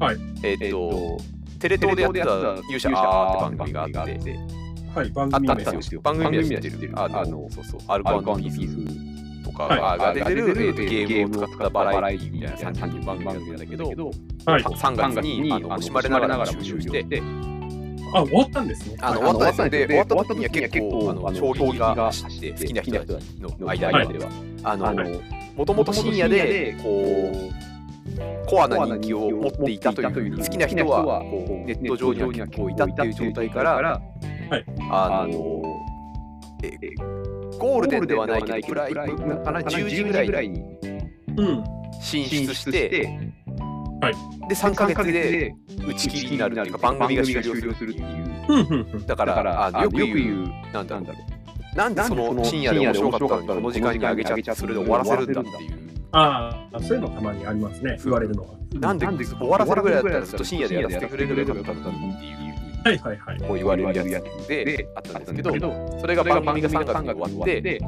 Speaker 2: はい
Speaker 1: えっと、テレ東でやってた勇者あーって番組があって、
Speaker 2: はい、番
Speaker 1: あっ
Speaker 2: 組
Speaker 1: た
Speaker 2: 名
Speaker 1: んですよ。番組名知ってる。あの、そうそう、アルコピースとか
Speaker 2: は
Speaker 1: が出てるえーとゲームを使ったバラエティみたいな30番組なんだけど、
Speaker 2: はい。
Speaker 1: 3月にあの惜しまれながらも終了して、
Speaker 2: あ、終わったんですね。
Speaker 1: あの終わったんで、終わった時には結構、あの衝撃が走って、好きな人たちの間では。あの、もともと深夜で、こう、コアな人気を持っていたという、好きな人は、こう、ネット上には結構いたっていう状態から、あの、えゴールデンではないけど、プライかな、10時ぐらいに
Speaker 2: うん。
Speaker 1: 進出して、で、3
Speaker 4: 3
Speaker 1: ヶ
Speaker 4: ヶ
Speaker 1: 月
Speaker 4: 月
Speaker 1: で
Speaker 4: で
Speaker 1: 打ち
Speaker 4: 打ち
Speaker 1: 切り
Speaker 4: 切
Speaker 1: に
Speaker 4: りに
Speaker 1: なる
Speaker 4: な
Speaker 1: っい
Speaker 4: るってていうう
Speaker 1: か、
Speaker 4: か
Speaker 1: 番
Speaker 4: 番
Speaker 1: 組
Speaker 4: 組
Speaker 1: が
Speaker 4: が
Speaker 1: 終
Speaker 4: 終
Speaker 1: 了
Speaker 4: 了
Speaker 1: す
Speaker 4: す
Speaker 1: る
Speaker 4: る
Speaker 1: っ
Speaker 4: ってて
Speaker 1: い。
Speaker 4: いう
Speaker 2: うん、うん、
Speaker 1: だから、あのよく言う、なんだろう。なんでその深夜で面白かったのにこの時間にあげちゃって、それで終わらせるんだっていう。
Speaker 2: ああ、そういうのたまにありますね、言われるのは。
Speaker 1: なんで終わらせるぐらいだったらずっと深夜でやらせてくれるばよかったのにっていう
Speaker 2: はいはいはい。
Speaker 1: こう言われるやつであったんですけど、それが番組が3月に終わって、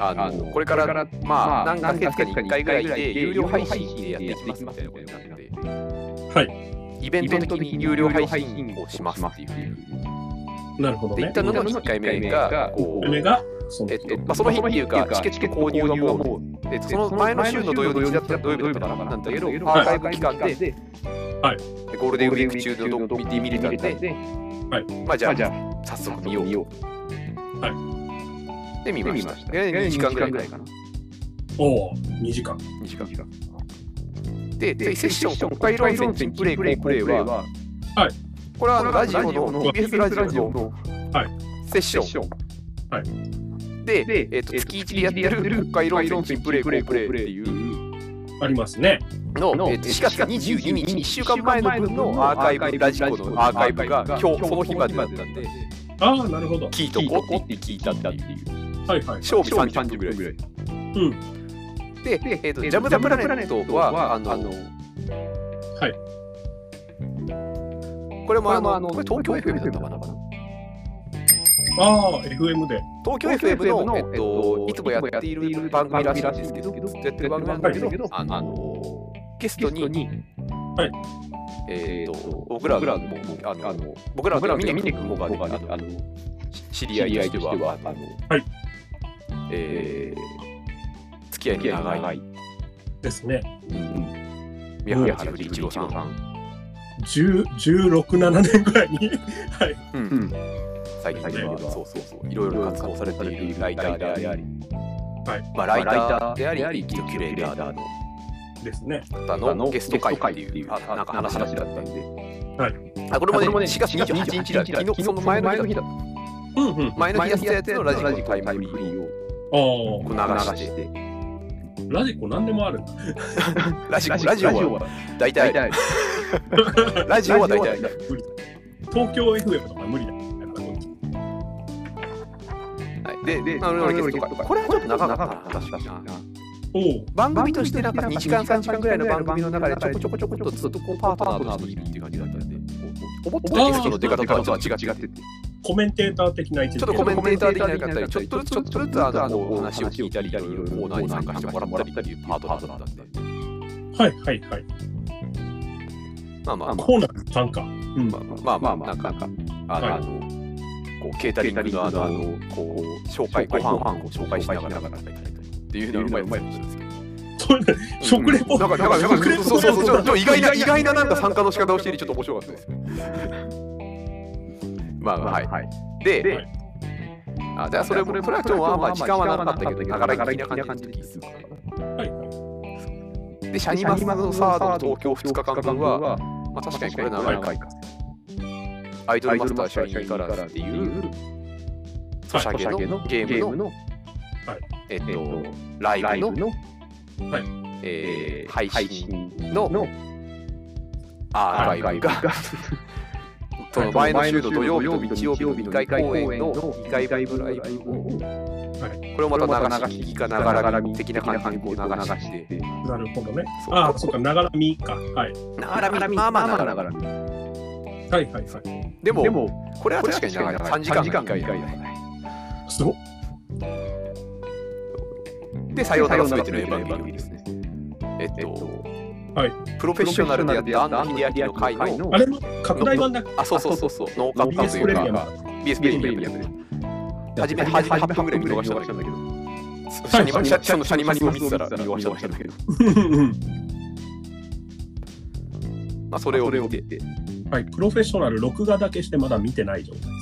Speaker 1: あのこれからまあ何ヶ月かに1回ぐらいで有料配信でやっていきますみたいなことになって、イベント的に有料配信をしますっていうふうに
Speaker 2: なるほど
Speaker 1: 言っ
Speaker 2: ね。
Speaker 1: たのが1回目が、こう
Speaker 2: 夢が、その
Speaker 1: えっとまあ、その日っていうか、チケット購入がもう、えっと、その前の週の土曜日だったら土曜日だったかななんだけど、アーカイブ期間で、で
Speaker 2: はい
Speaker 1: ゴールデンウィーク中のドッキリ見れたんで、まあ、じゃあ、早速見よう。で、見ました。2時間ぐらいかな。
Speaker 2: おお、2時間。
Speaker 1: 2時間。で、でセッション、国会論戦、チンプレイ、コープレイは、
Speaker 2: はい
Speaker 1: これはあのラジオの、TBS ラジオの
Speaker 2: はい
Speaker 1: セッション。
Speaker 2: はい
Speaker 1: で、えっと月1でやってる国会論戦、チンプレイ、コープレイっていう。
Speaker 2: ありますね。
Speaker 1: の、えー、4月22日、1週間前の分のアーカイブ、ラジコのアーカイブが今日、その日までだったんで、
Speaker 2: ああ、なるほど。
Speaker 1: 聞いとこうって聞いたっていう、
Speaker 2: はいはい。
Speaker 1: 勝負30分ぐらい。
Speaker 2: うん。
Speaker 1: で、えー、とジャム・ザ・プラネットは、あの、これもあの、これ東京 FM だったかな。
Speaker 2: ああ、FM で。
Speaker 1: 東京 FM の、えっと、いつもやっている番組らしいんですけど、ずっとやってる番組なんですけど、あの、ゲストに、
Speaker 2: はい
Speaker 1: えっと、僕らの、あの、僕らのミネ君がね、あの、知り合いとしては、あの、
Speaker 2: はい
Speaker 1: えー、付き合いが長い、
Speaker 2: ですね。
Speaker 1: 宮原ジブリ一郎さん、
Speaker 2: 10 16、7年ぐらいに。 はい。
Speaker 1: うん最近では、そうそうそう、いろいろ活動されているライターであり、
Speaker 2: はい
Speaker 1: まあ、ライターであり、キュレーターであり
Speaker 2: ですね。
Speaker 1: 方のゲスト会っていうあなんか話だったんで、、
Speaker 2: はい
Speaker 1: あこれもね4月28日だ昨日その前の日だ
Speaker 2: うんうん。
Speaker 1: 前の日やったやつのラジコタイムフリーを
Speaker 2: あ
Speaker 1: こう流して
Speaker 2: あ、ラジコ何でもあるんだ。
Speaker 1: ラジコラジオは大体ラジオは大体
Speaker 2: 無理だ。東京 FM とか無理だ。だからこっち
Speaker 1: はいでであのゲスト会これはちょっと長かったな確かに
Speaker 2: おお、
Speaker 1: 番組としてなんか2時間3時間ぐらいの番組の中でちょこちょこちょこちょっとずっとこうパートナーとしているっていう感じだったんで思ってたゲストの出方とは違違ってて
Speaker 2: コメンテーター的な位置
Speaker 1: ちょっとコメンテーターできなかったり、ちょっとずつ、ちょっとずつあのお話を聞いたり、いろいろコーナーに参加してもらったりっていうパートナーだったんで、
Speaker 2: はいはいはい。
Speaker 1: まあまあま
Speaker 2: コーナー参加。うん。
Speaker 1: あ、まあまあまあ、なんか、あの、あのこうケータリングのあの、あのこう、紹介、ご飯を紹介しながらっていうのはうまいことですけど。
Speaker 2: そういうの食レポ。
Speaker 1: なんか、なんか、なん
Speaker 2: 食レ
Speaker 1: か、
Speaker 2: ポ
Speaker 1: そうそうそう、ちょっと意外な、意外ななんか参加の仕方をしている、ちょっと面白かったです。まあ、はい。で、
Speaker 2: で
Speaker 1: あ、じゃあそれも、それはちょっと、まあまあ、時間はなかったけど、ながら聞きな感じでいいです。
Speaker 2: はいはい。
Speaker 1: で、シャニマスのサードの東京2日間分は、まあ、確かにこれ長い回か。アイドルマスターシャイニーカラーっていう、ソシャゲのゲームの、えっと、ライブの、
Speaker 2: はい
Speaker 1: えー配信のアーカイブが、その前の週の土曜日と日曜日の2回公演の2回ライブライブを、
Speaker 2: い
Speaker 1: これをまた流し聞きかながら的な感じでこう流して、
Speaker 2: なるほどね。
Speaker 1: そう
Speaker 2: ああ、そうか、ながらみか。はい。
Speaker 1: ながらみ、まあまあながらみ
Speaker 2: はいはいはい。
Speaker 1: でも、これは確かに長いな。3時間か1回。
Speaker 2: すごっ
Speaker 1: で、さようならすべてのエヴァンゲリオンですね。えっと、
Speaker 2: はい
Speaker 1: プロフェッショナルでやったアンディアリの会の、
Speaker 2: あれも拡大版だっけ
Speaker 1: あ、そうそうそうそう、ノーカップと
Speaker 2: ?BS
Speaker 1: い
Speaker 2: プレ
Speaker 1: う
Speaker 2: ミ
Speaker 1: か
Speaker 2: アム。、
Speaker 1: BS プレミアムで。初め、初め8分ぐらい見逃したんだけど。シャニマシャそのシャニマニも見てたら見逃したんだけど、
Speaker 2: うんうん
Speaker 1: まあ、それを見てて。
Speaker 2: はい。プロフェッショナル、録画だけしてまだ見てない状態ですね。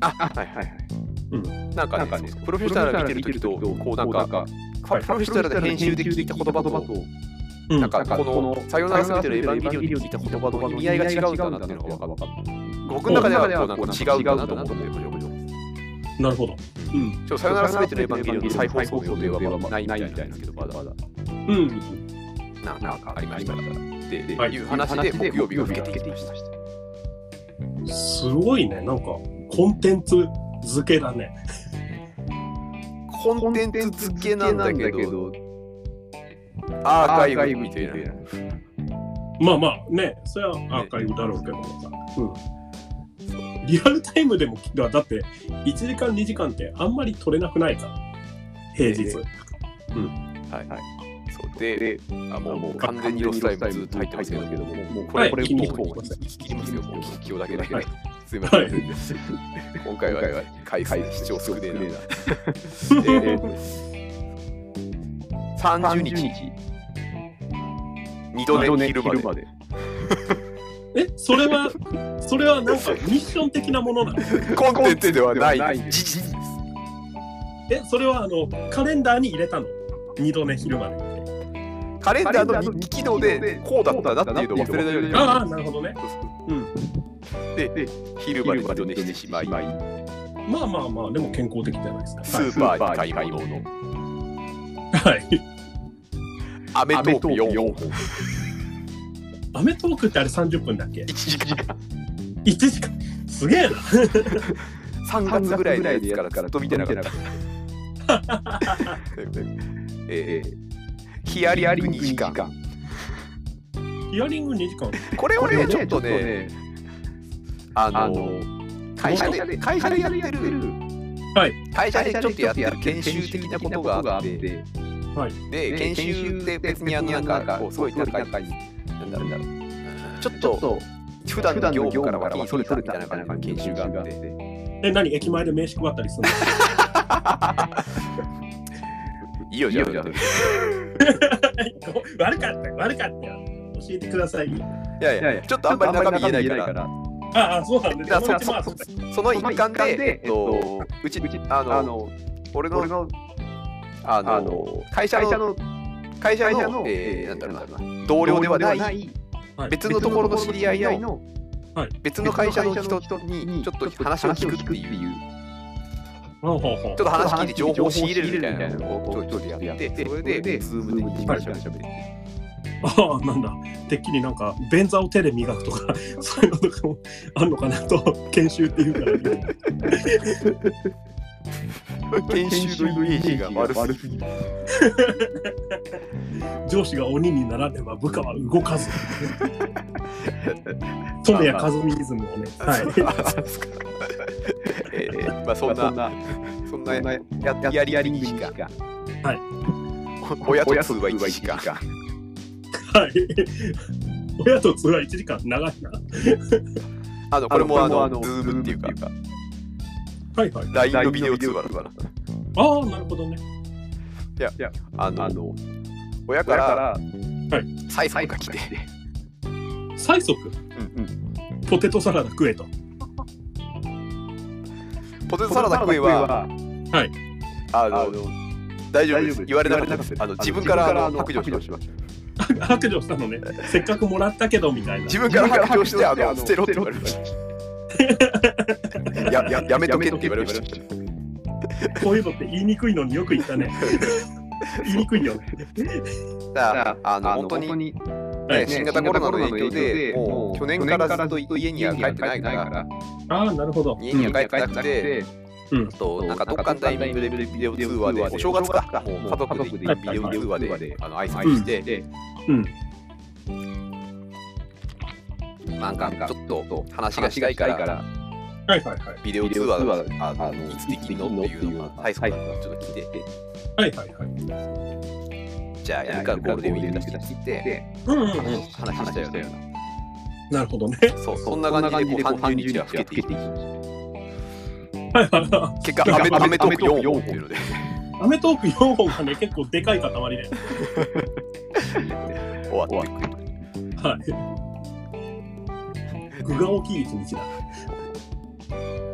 Speaker 1: あ、はいはいはい。なんかね、そうそうプロフェッショナル見てるときと、こうなんか、プロフェッショナルで編集で聞いた言葉と、
Speaker 2: うん。
Speaker 1: なんかこの「さよならすべてのエヴァンゲリオン」に聞いた言葉の意味合いが違うんだなっていうのが分かった。僕の中ではこうなんか違うんだなと思ってる
Speaker 2: なるほど。うん。
Speaker 1: ちょさよならすべてのエヴァンゲリオンの再放送の予定はまあないないみたいなんですけど、まだまだ
Speaker 2: うん。
Speaker 1: ななんかありましたから。って
Speaker 2: はい
Speaker 1: いう話で木曜日を受けてきました。
Speaker 2: すごいね。なんか、コンテンツ付けだね。
Speaker 1: コンテンツ付けなんだけど、アーカイブみたいな。
Speaker 2: まあまあね、それはアーカイブだろうけどもさ。うん。リアルタイムでも、だだって、1時間、2時間ってあんまり取れなくないから、平日。
Speaker 1: はいはい。そうで、あもうもう完全にロスタイムずっと入ってますけども、もうこ
Speaker 2: は
Speaker 1: れ
Speaker 2: い
Speaker 1: これ
Speaker 2: 筋
Speaker 1: もう
Speaker 2: 肉効果
Speaker 1: 聞きますよ、もう聞きようだけだけど
Speaker 2: はい。
Speaker 1: すいません。
Speaker 2: はい
Speaker 1: 今回は回数視聴少ねえな。えー30日、二度寝昼まで。
Speaker 2: え、それは、 それはなんかミッション的なものなの
Speaker 1: コンテンツではない。事実です。
Speaker 2: え、それはあの、カレンダーに入れたの二度寝昼までって。
Speaker 1: カレンダーの日記ので、こうだったなっていうのを忘れないように。
Speaker 2: ああ、なるほどね。
Speaker 1: で、で昼まで二度寝してしまい、
Speaker 2: まあまあまあ、でも健康的じゃないですか。
Speaker 1: スーパーに買い物。
Speaker 2: はい。
Speaker 1: アメトーク4本。
Speaker 2: アメトークってあれ30分だっけ
Speaker 1: 1時間。
Speaker 2: ?1 時間。すげえな。
Speaker 1: 3月ぐらいのやつからずっと見てなかった。えー、ヒアリング2時間。
Speaker 2: ヒアリング2時間。
Speaker 1: これをね、ちょっとね、あの、会社で会社でやってる
Speaker 2: はい
Speaker 1: 会社でちょっとやってる研修的なことがあって、
Speaker 2: はい
Speaker 1: で、研修って別にあのなんか、こうすごいなんか、なんだろうなんだろう、ちょっと普段の業務からはそれたみたいな感じの研修があって、
Speaker 2: え、何駅前で名刺配ったりするの
Speaker 1: いいよ、じゃあ、い
Speaker 2: 悪かったよ、悪かったよ。教えてくださいよ。
Speaker 1: やいや、ちょっとあんまり中身言えないから。
Speaker 2: ああ、そうなんです。
Speaker 1: だ
Speaker 2: そのうちま
Speaker 1: そ
Speaker 2: あ
Speaker 1: そそその一環で、えっと、うち、あの、俺の、あの、会社の、会社の、えー、なんだろうな、同僚ではない、
Speaker 2: はい
Speaker 1: 別のところの知り合いの、
Speaker 2: はい
Speaker 1: 別の会社の人に、ちょっと話を聞くっていう、ち
Speaker 2: ほうほうほう
Speaker 1: ょっと話聞いて情報を仕入れるみたいなのをちょっとやって、それで、ズームで一番しゃべって。
Speaker 2: ああ、なんだ。てっきりなんか、便座を手で磨くとか、 そういうのとかもあるのかなと、研修っていうから、
Speaker 1: 研修のイメージが悪すぎる。
Speaker 2: 上司が鬼にならねば部下は動 かず。富谷和美イズムをね。はい。
Speaker 1: そうですか。えー、 まあそんな、そんなややりやりにしか。。
Speaker 2: はい
Speaker 1: 親と通話1時間。
Speaker 2: はい。親と通話1時間長いな。
Speaker 1: あの、これもあの、ズームっていうか、
Speaker 2: はいはい。
Speaker 1: LINE のビデオ通話だから。
Speaker 2: ああ、なるほどね。
Speaker 1: あの、親から、サイサイが来て、
Speaker 2: 最速、ポテトサラダ食えと。
Speaker 1: ポテトサラダ食えは、
Speaker 2: はい。
Speaker 1: あの、大丈夫です。言われなかったあの、自分からあの白状しました。
Speaker 2: 白状したのね。せっかくもらったけどみたいな
Speaker 1: 自。分から白状して、あの、捨てろって言われました。やややめとけって言われました。
Speaker 2: こういうのって言いにくいのによく言っ たね。言いにくいよね。
Speaker 1: だからあの本当に、ね
Speaker 2: はい
Speaker 1: 新型コロナの影響で、もう去年からずっと家には帰ってないから、
Speaker 2: ああ、なるほど。
Speaker 1: 家には帰ってなくて、
Speaker 2: うん
Speaker 1: あとなんかどっかのタイミングでビデオ通話で、お正月か、もう家族でビデオ通話であの挨拶して、
Speaker 2: うん。
Speaker 1: なんかちょっと話がしたいから、
Speaker 2: はいはいはい。
Speaker 1: ビデオ通話あのいつできるのっていうのが、はい、そうちょっと聞いて、
Speaker 2: はいはいはい。うん
Speaker 1: じゃあ、やるからゴールデンウィーク出して聞いて、
Speaker 2: うんうん。
Speaker 1: 話したよな。
Speaker 2: なるほどね。
Speaker 1: そう、そんな感じで、こう、30日は老けていき
Speaker 2: はいはいは
Speaker 1: 結果、アメトーク4本っていうので。
Speaker 2: い。アメトーク4本がね、結構でかい塊で。
Speaker 1: 終わってくる。
Speaker 2: はい。具が大きい一日だ。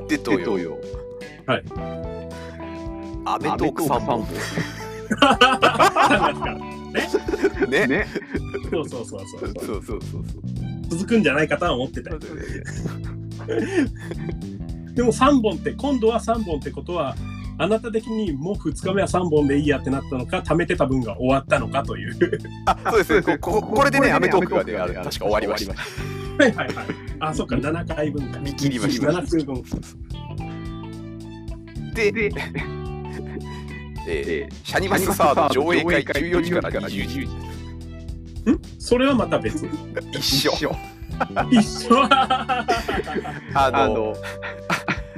Speaker 1: で、東洋。
Speaker 2: はい。
Speaker 1: アメトーク3本。ね。ね。
Speaker 2: そうそうそ
Speaker 1: そう
Speaker 2: うそうそう。
Speaker 1: そうそうそう。
Speaker 2: 続くんじゃないかとは思ってた よでも3本って、今度は3本ってことは、あなた的にもう2日目は3本でいいやってなったのか、貯めてた分が終わったのかという。
Speaker 1: あ、そうです。こここれでね、アメトークがね、あれ確か終わりました。
Speaker 2: はいはいはい。あ、そっか、7回分か。
Speaker 1: 見切りました
Speaker 2: 7回分。
Speaker 1: で、で、えシャニマスサード上映会14時から20時。
Speaker 2: んそれはまた別。
Speaker 1: 一緒。
Speaker 2: 一緒
Speaker 1: あの、
Speaker 2: もう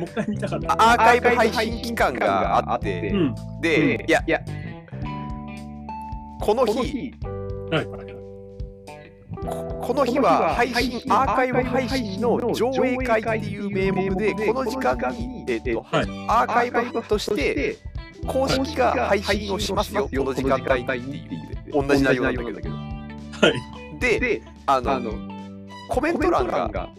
Speaker 2: 一回見たかった。
Speaker 1: アーカイブ配信期間があって
Speaker 2: う、ん。
Speaker 1: で、いや、いや、この日、
Speaker 2: はいはいはい。
Speaker 1: この日は配信アーカイブ配信の上映会っていう名目でこの時間に、えっと
Speaker 2: はい
Speaker 1: アーカイブとして公式が配信をしますよこの時間帯にっていう同じ内容なんだけど
Speaker 2: はい。
Speaker 1: であのコメント欄が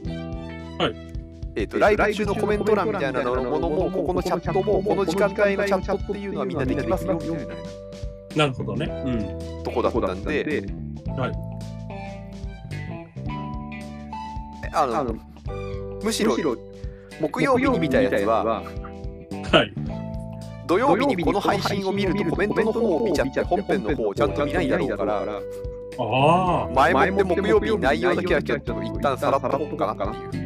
Speaker 1: えっとライブ中のコメント欄みたいなのものもここのチャットもこの時間帯のチャットっていうのはみんなできますよみたいな
Speaker 2: なるほどね。うん。
Speaker 1: とこだったんで、
Speaker 2: はい
Speaker 1: あのむしろ木曜日に見たやつは
Speaker 2: はい。
Speaker 1: 土曜日にこの配信を見るとコメントの方を見ちゃって本編の方をちゃんと見ないだろうから
Speaker 2: あ
Speaker 1: 前もって木曜日に内容だけはちょっと一旦さらっとこうかなっていう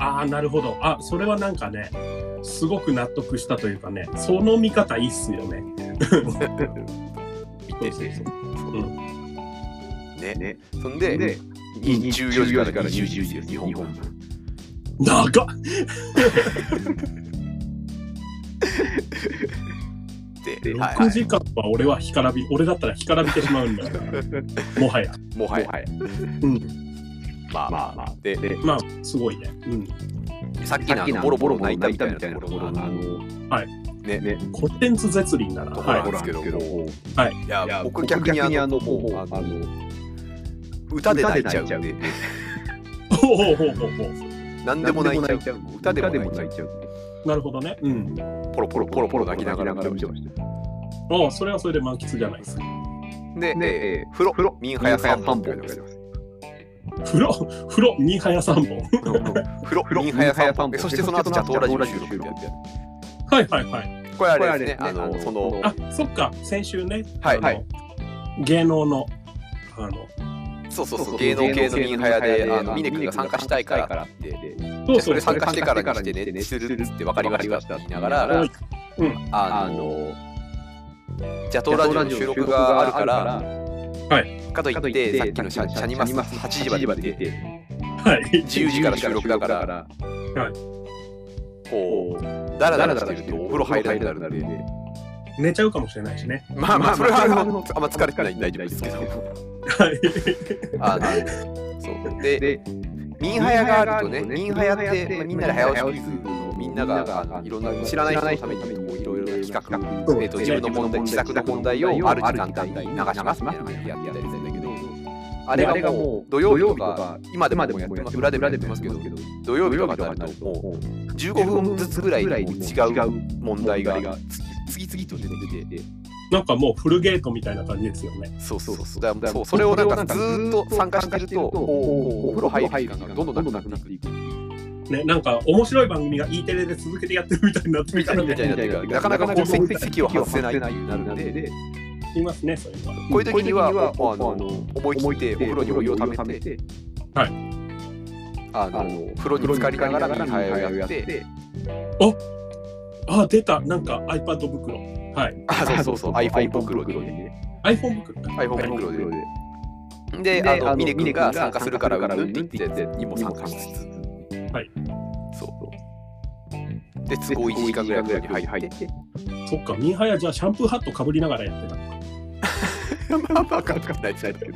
Speaker 2: あ、ああ、なるほど。あ、それはなんかね、すごく納得したというかね、その見方いいっすよね。
Speaker 1: 見て
Speaker 2: そうそうそう
Speaker 1: ねねそんでに14時から20時です日本
Speaker 2: 長っ
Speaker 1: で、はいは
Speaker 2: 6時間は俺は干からび、俺だったら干からびてしまうんだ から、もはや。
Speaker 1: い、もはや、
Speaker 2: うん。
Speaker 1: まあまあまあ。で、で
Speaker 2: まあ、すごいね。うん。
Speaker 1: さっきのあのボロボロ泣いたみたいなところが、あのね、ね、
Speaker 2: コンテンツ絶倫だな。
Speaker 1: とこ
Speaker 2: は
Speaker 1: ろ
Speaker 2: い
Speaker 1: なん。ですけど、、
Speaker 2: はい
Speaker 4: い
Speaker 1: や
Speaker 4: や、
Speaker 1: 僕
Speaker 4: 僕
Speaker 1: 逆にあの、
Speaker 4: 逆にあの
Speaker 1: もう、あ
Speaker 4: あ
Speaker 1: の、歌で泣いちゃうんで、
Speaker 2: ほうほうほうほうほう。
Speaker 1: 何でも泣いちゃう。歌でも泣いちゃう。
Speaker 4: ちゃう。
Speaker 2: なるほどね。うん。
Speaker 1: ポロポロポロポロ泣きながら歌う人
Speaker 2: ああ、それはそれで満喫じゃないですか。
Speaker 1: で、
Speaker 4: で、え
Speaker 1: 風呂、風呂、民
Speaker 4: は
Speaker 1: 早
Speaker 4: や
Speaker 1: さ
Speaker 4: さ
Speaker 1: ん
Speaker 4: ん半本
Speaker 1: 風呂、
Speaker 2: 風呂、風呂、ミーハヤ3本。
Speaker 1: 風呂、民早さん本。そしてその後、チャトーラジオ収録みたいな。
Speaker 2: はいはいはい。
Speaker 1: これあれですね、あの、その、
Speaker 2: あ、そっか、先週ね。
Speaker 1: はい
Speaker 2: あの
Speaker 1: はい
Speaker 2: 芸能の、あの、
Speaker 1: そうそうそう、芸能系の民早で、あの、ミネ君が参加したいからって、
Speaker 2: そう
Speaker 1: そ
Speaker 2: そう
Speaker 1: れ
Speaker 2: そう
Speaker 1: 参。加してからにしてね、するっつって分かりましたって言いながら、あ
Speaker 4: あ
Speaker 1: の、
Speaker 4: の、
Speaker 1: ジャト
Speaker 4: ド
Speaker 1: ーラ
Speaker 4: ラ
Speaker 1: ジ
Speaker 4: ジ
Speaker 1: オの
Speaker 4: オ
Speaker 1: 収録
Speaker 4: の収録
Speaker 1: が
Speaker 4: が
Speaker 1: あ
Speaker 4: あ
Speaker 1: る
Speaker 4: る
Speaker 1: か、
Speaker 4: からら、
Speaker 1: かとい
Speaker 4: かと
Speaker 1: っ、
Speaker 4: いっ
Speaker 1: さっ
Speaker 4: てて、さっ
Speaker 1: き
Speaker 4: き
Speaker 1: の
Speaker 4: の
Speaker 1: シ
Speaker 4: シ
Speaker 1: ャ
Speaker 4: ャ
Speaker 1: シャ
Speaker 4: シ
Speaker 1: ニ
Speaker 4: ニ
Speaker 1: マ
Speaker 4: マ
Speaker 1: ス
Speaker 4: ス
Speaker 1: 8
Speaker 4: 8
Speaker 1: 時
Speaker 4: 時
Speaker 1: ま
Speaker 4: ま
Speaker 1: で出
Speaker 4: で
Speaker 1: て、
Speaker 4: 出て、
Speaker 2: はい。
Speaker 1: 10時から収録だから、
Speaker 2: はい。
Speaker 1: こ
Speaker 4: こ
Speaker 1: う、ダラダラ
Speaker 4: ダラ
Speaker 1: して
Speaker 4: ダ
Speaker 1: る
Speaker 4: ラして
Speaker 1: と
Speaker 4: ると
Speaker 1: お
Speaker 4: お
Speaker 1: 風
Speaker 4: 風
Speaker 1: 呂
Speaker 4: 呂
Speaker 1: 入
Speaker 4: 入
Speaker 1: ら
Speaker 4: ら
Speaker 1: な
Speaker 4: な
Speaker 1: くなる
Speaker 4: くなる
Speaker 1: ん
Speaker 4: ん
Speaker 1: で
Speaker 4: で、、
Speaker 2: 寝ちゃうかもしれないしね。
Speaker 1: まあまあ、それはあんま疲れてないんで大丈夫ですけど、
Speaker 2: はい。
Speaker 1: あの、そう。で、
Speaker 4: で、
Speaker 1: ミ
Speaker 4: イ
Speaker 1: ン
Speaker 4: ン
Speaker 1: ハ
Speaker 4: ハ
Speaker 1: ヤ
Speaker 4: ヤ
Speaker 1: が
Speaker 4: が
Speaker 1: あ
Speaker 4: あ
Speaker 1: る
Speaker 4: る
Speaker 1: と
Speaker 4: と
Speaker 1: ね、
Speaker 4: ね、
Speaker 1: ミ
Speaker 4: ミ
Speaker 1: ン
Speaker 4: ン
Speaker 1: ハ
Speaker 4: ハ
Speaker 1: ヤ
Speaker 4: ヤ
Speaker 1: っ、
Speaker 4: ってて、
Speaker 1: まあみん
Speaker 4: みん
Speaker 1: なで早
Speaker 4: なで
Speaker 1: 押
Speaker 4: 早押
Speaker 1: しク
Speaker 4: しク
Speaker 1: イ
Speaker 4: イ
Speaker 1: ズ
Speaker 4: ズ
Speaker 1: の
Speaker 4: の
Speaker 1: み
Speaker 4: み
Speaker 1: ん
Speaker 4: ん
Speaker 1: な
Speaker 4: な
Speaker 1: が
Speaker 4: が
Speaker 1: あ
Speaker 4: あ
Speaker 1: の
Speaker 4: の
Speaker 1: い
Speaker 4: い
Speaker 1: ろ
Speaker 4: ろ
Speaker 1: ん
Speaker 4: ん
Speaker 1: な
Speaker 4: な
Speaker 1: 知
Speaker 4: 知
Speaker 1: ら
Speaker 4: ら
Speaker 1: な
Speaker 4: ないい
Speaker 1: 人
Speaker 4: 人
Speaker 1: の
Speaker 4: の
Speaker 1: ため
Speaker 4: た
Speaker 1: に
Speaker 4: めに
Speaker 1: こうい
Speaker 4: い
Speaker 1: ろ
Speaker 4: ろ
Speaker 1: い
Speaker 4: い
Speaker 1: ろ
Speaker 4: ろ
Speaker 1: 企
Speaker 4: 企
Speaker 1: 画
Speaker 4: 画、
Speaker 1: え
Speaker 4: え
Speaker 1: っと
Speaker 4: っ
Speaker 1: 自
Speaker 4: と、
Speaker 1: 分
Speaker 4: 自分
Speaker 1: の
Speaker 4: の
Speaker 1: 問
Speaker 4: 問
Speaker 1: 題自作の
Speaker 4: 題、自作の
Speaker 1: 問題
Speaker 4: 問
Speaker 1: を
Speaker 4: 題を
Speaker 1: ある時
Speaker 4: ある時
Speaker 1: 間帯
Speaker 4: 間
Speaker 1: に
Speaker 4: 帯に
Speaker 1: 流
Speaker 4: 流
Speaker 1: し
Speaker 4: し
Speaker 1: まみ
Speaker 4: ますすみ
Speaker 1: た
Speaker 4: た
Speaker 1: い
Speaker 4: い
Speaker 1: な感
Speaker 4: な感
Speaker 1: じでやっ
Speaker 4: じでやって
Speaker 1: たり
Speaker 4: てたり
Speaker 1: す
Speaker 4: す
Speaker 1: る
Speaker 4: る
Speaker 1: ん
Speaker 4: ん
Speaker 1: だ
Speaker 4: だ
Speaker 1: け
Speaker 4: け
Speaker 1: ど
Speaker 4: ど、
Speaker 1: あ
Speaker 4: あ
Speaker 1: れ
Speaker 4: れ
Speaker 1: が
Speaker 4: が
Speaker 1: も
Speaker 4: も
Speaker 1: う
Speaker 4: う
Speaker 1: 土
Speaker 4: 土
Speaker 1: 曜日
Speaker 4: 曜日
Speaker 1: と
Speaker 4: と
Speaker 1: か
Speaker 4: か、
Speaker 1: 今で
Speaker 4: で
Speaker 1: も
Speaker 4: も
Speaker 1: や
Speaker 4: や
Speaker 1: っ
Speaker 4: ってて
Speaker 1: ま
Speaker 4: ますす
Speaker 1: 裏
Speaker 4: 裏
Speaker 1: でもやっ
Speaker 4: でもやってて
Speaker 1: ま
Speaker 4: ますす
Speaker 1: け
Speaker 4: け
Speaker 1: ど
Speaker 4: ど、
Speaker 1: 土曜日とかになるともう15分ずつぐらいに違う問題が次々と出てきて
Speaker 2: なんかもうフルゲートみたいな感じですよね。
Speaker 1: そうそうそうだからそうそれをなんかずーっと参加してるとおお風呂入る時間がどんどんなくなっていく
Speaker 2: ね、なんか面白い番組が E テレで続けてやってるみたいになって
Speaker 1: み
Speaker 2: みた
Speaker 1: た
Speaker 2: い
Speaker 1: い
Speaker 2: な
Speaker 1: な
Speaker 2: ね。
Speaker 1: なかなかこう席を外せないっていうなるんで
Speaker 2: いますね、そういうのは。
Speaker 1: こういう
Speaker 4: こう
Speaker 1: 時
Speaker 4: いう
Speaker 1: に
Speaker 4: 時には、
Speaker 1: は
Speaker 4: あ
Speaker 1: もうあの
Speaker 4: の、
Speaker 1: 思い切ってお風呂にお湯をためて
Speaker 4: て、
Speaker 1: あ
Speaker 4: あの
Speaker 1: の、風呂に浸かりながらミンハヤをやって、
Speaker 2: あ、出た。なんか iPad 袋。はい。
Speaker 1: あ、そうそうそう、iPhone 袋で。
Speaker 2: iPhone 袋。
Speaker 1: iPhone 袋で。で、
Speaker 4: で
Speaker 1: あの、
Speaker 4: あの
Speaker 1: ミネ君が
Speaker 4: ミネ君が
Speaker 1: 参加するから、
Speaker 4: 参加するから
Speaker 1: うんって言って、にも参加しつつ。
Speaker 2: はい。
Speaker 1: そう。で、都
Speaker 4: 都
Speaker 1: 合
Speaker 4: 合
Speaker 1: 1時
Speaker 4: 1時
Speaker 1: 間
Speaker 4: 間
Speaker 1: ぐ
Speaker 4: ぐ
Speaker 1: ら
Speaker 4: ら
Speaker 1: い風呂に入
Speaker 4: い風に入
Speaker 1: っ。
Speaker 4: って
Speaker 2: そっか、ミンハヤじゃあシャンプーハットかぶりながらやってたの
Speaker 1: まあまあ、かかないですけど。
Speaker 2: か。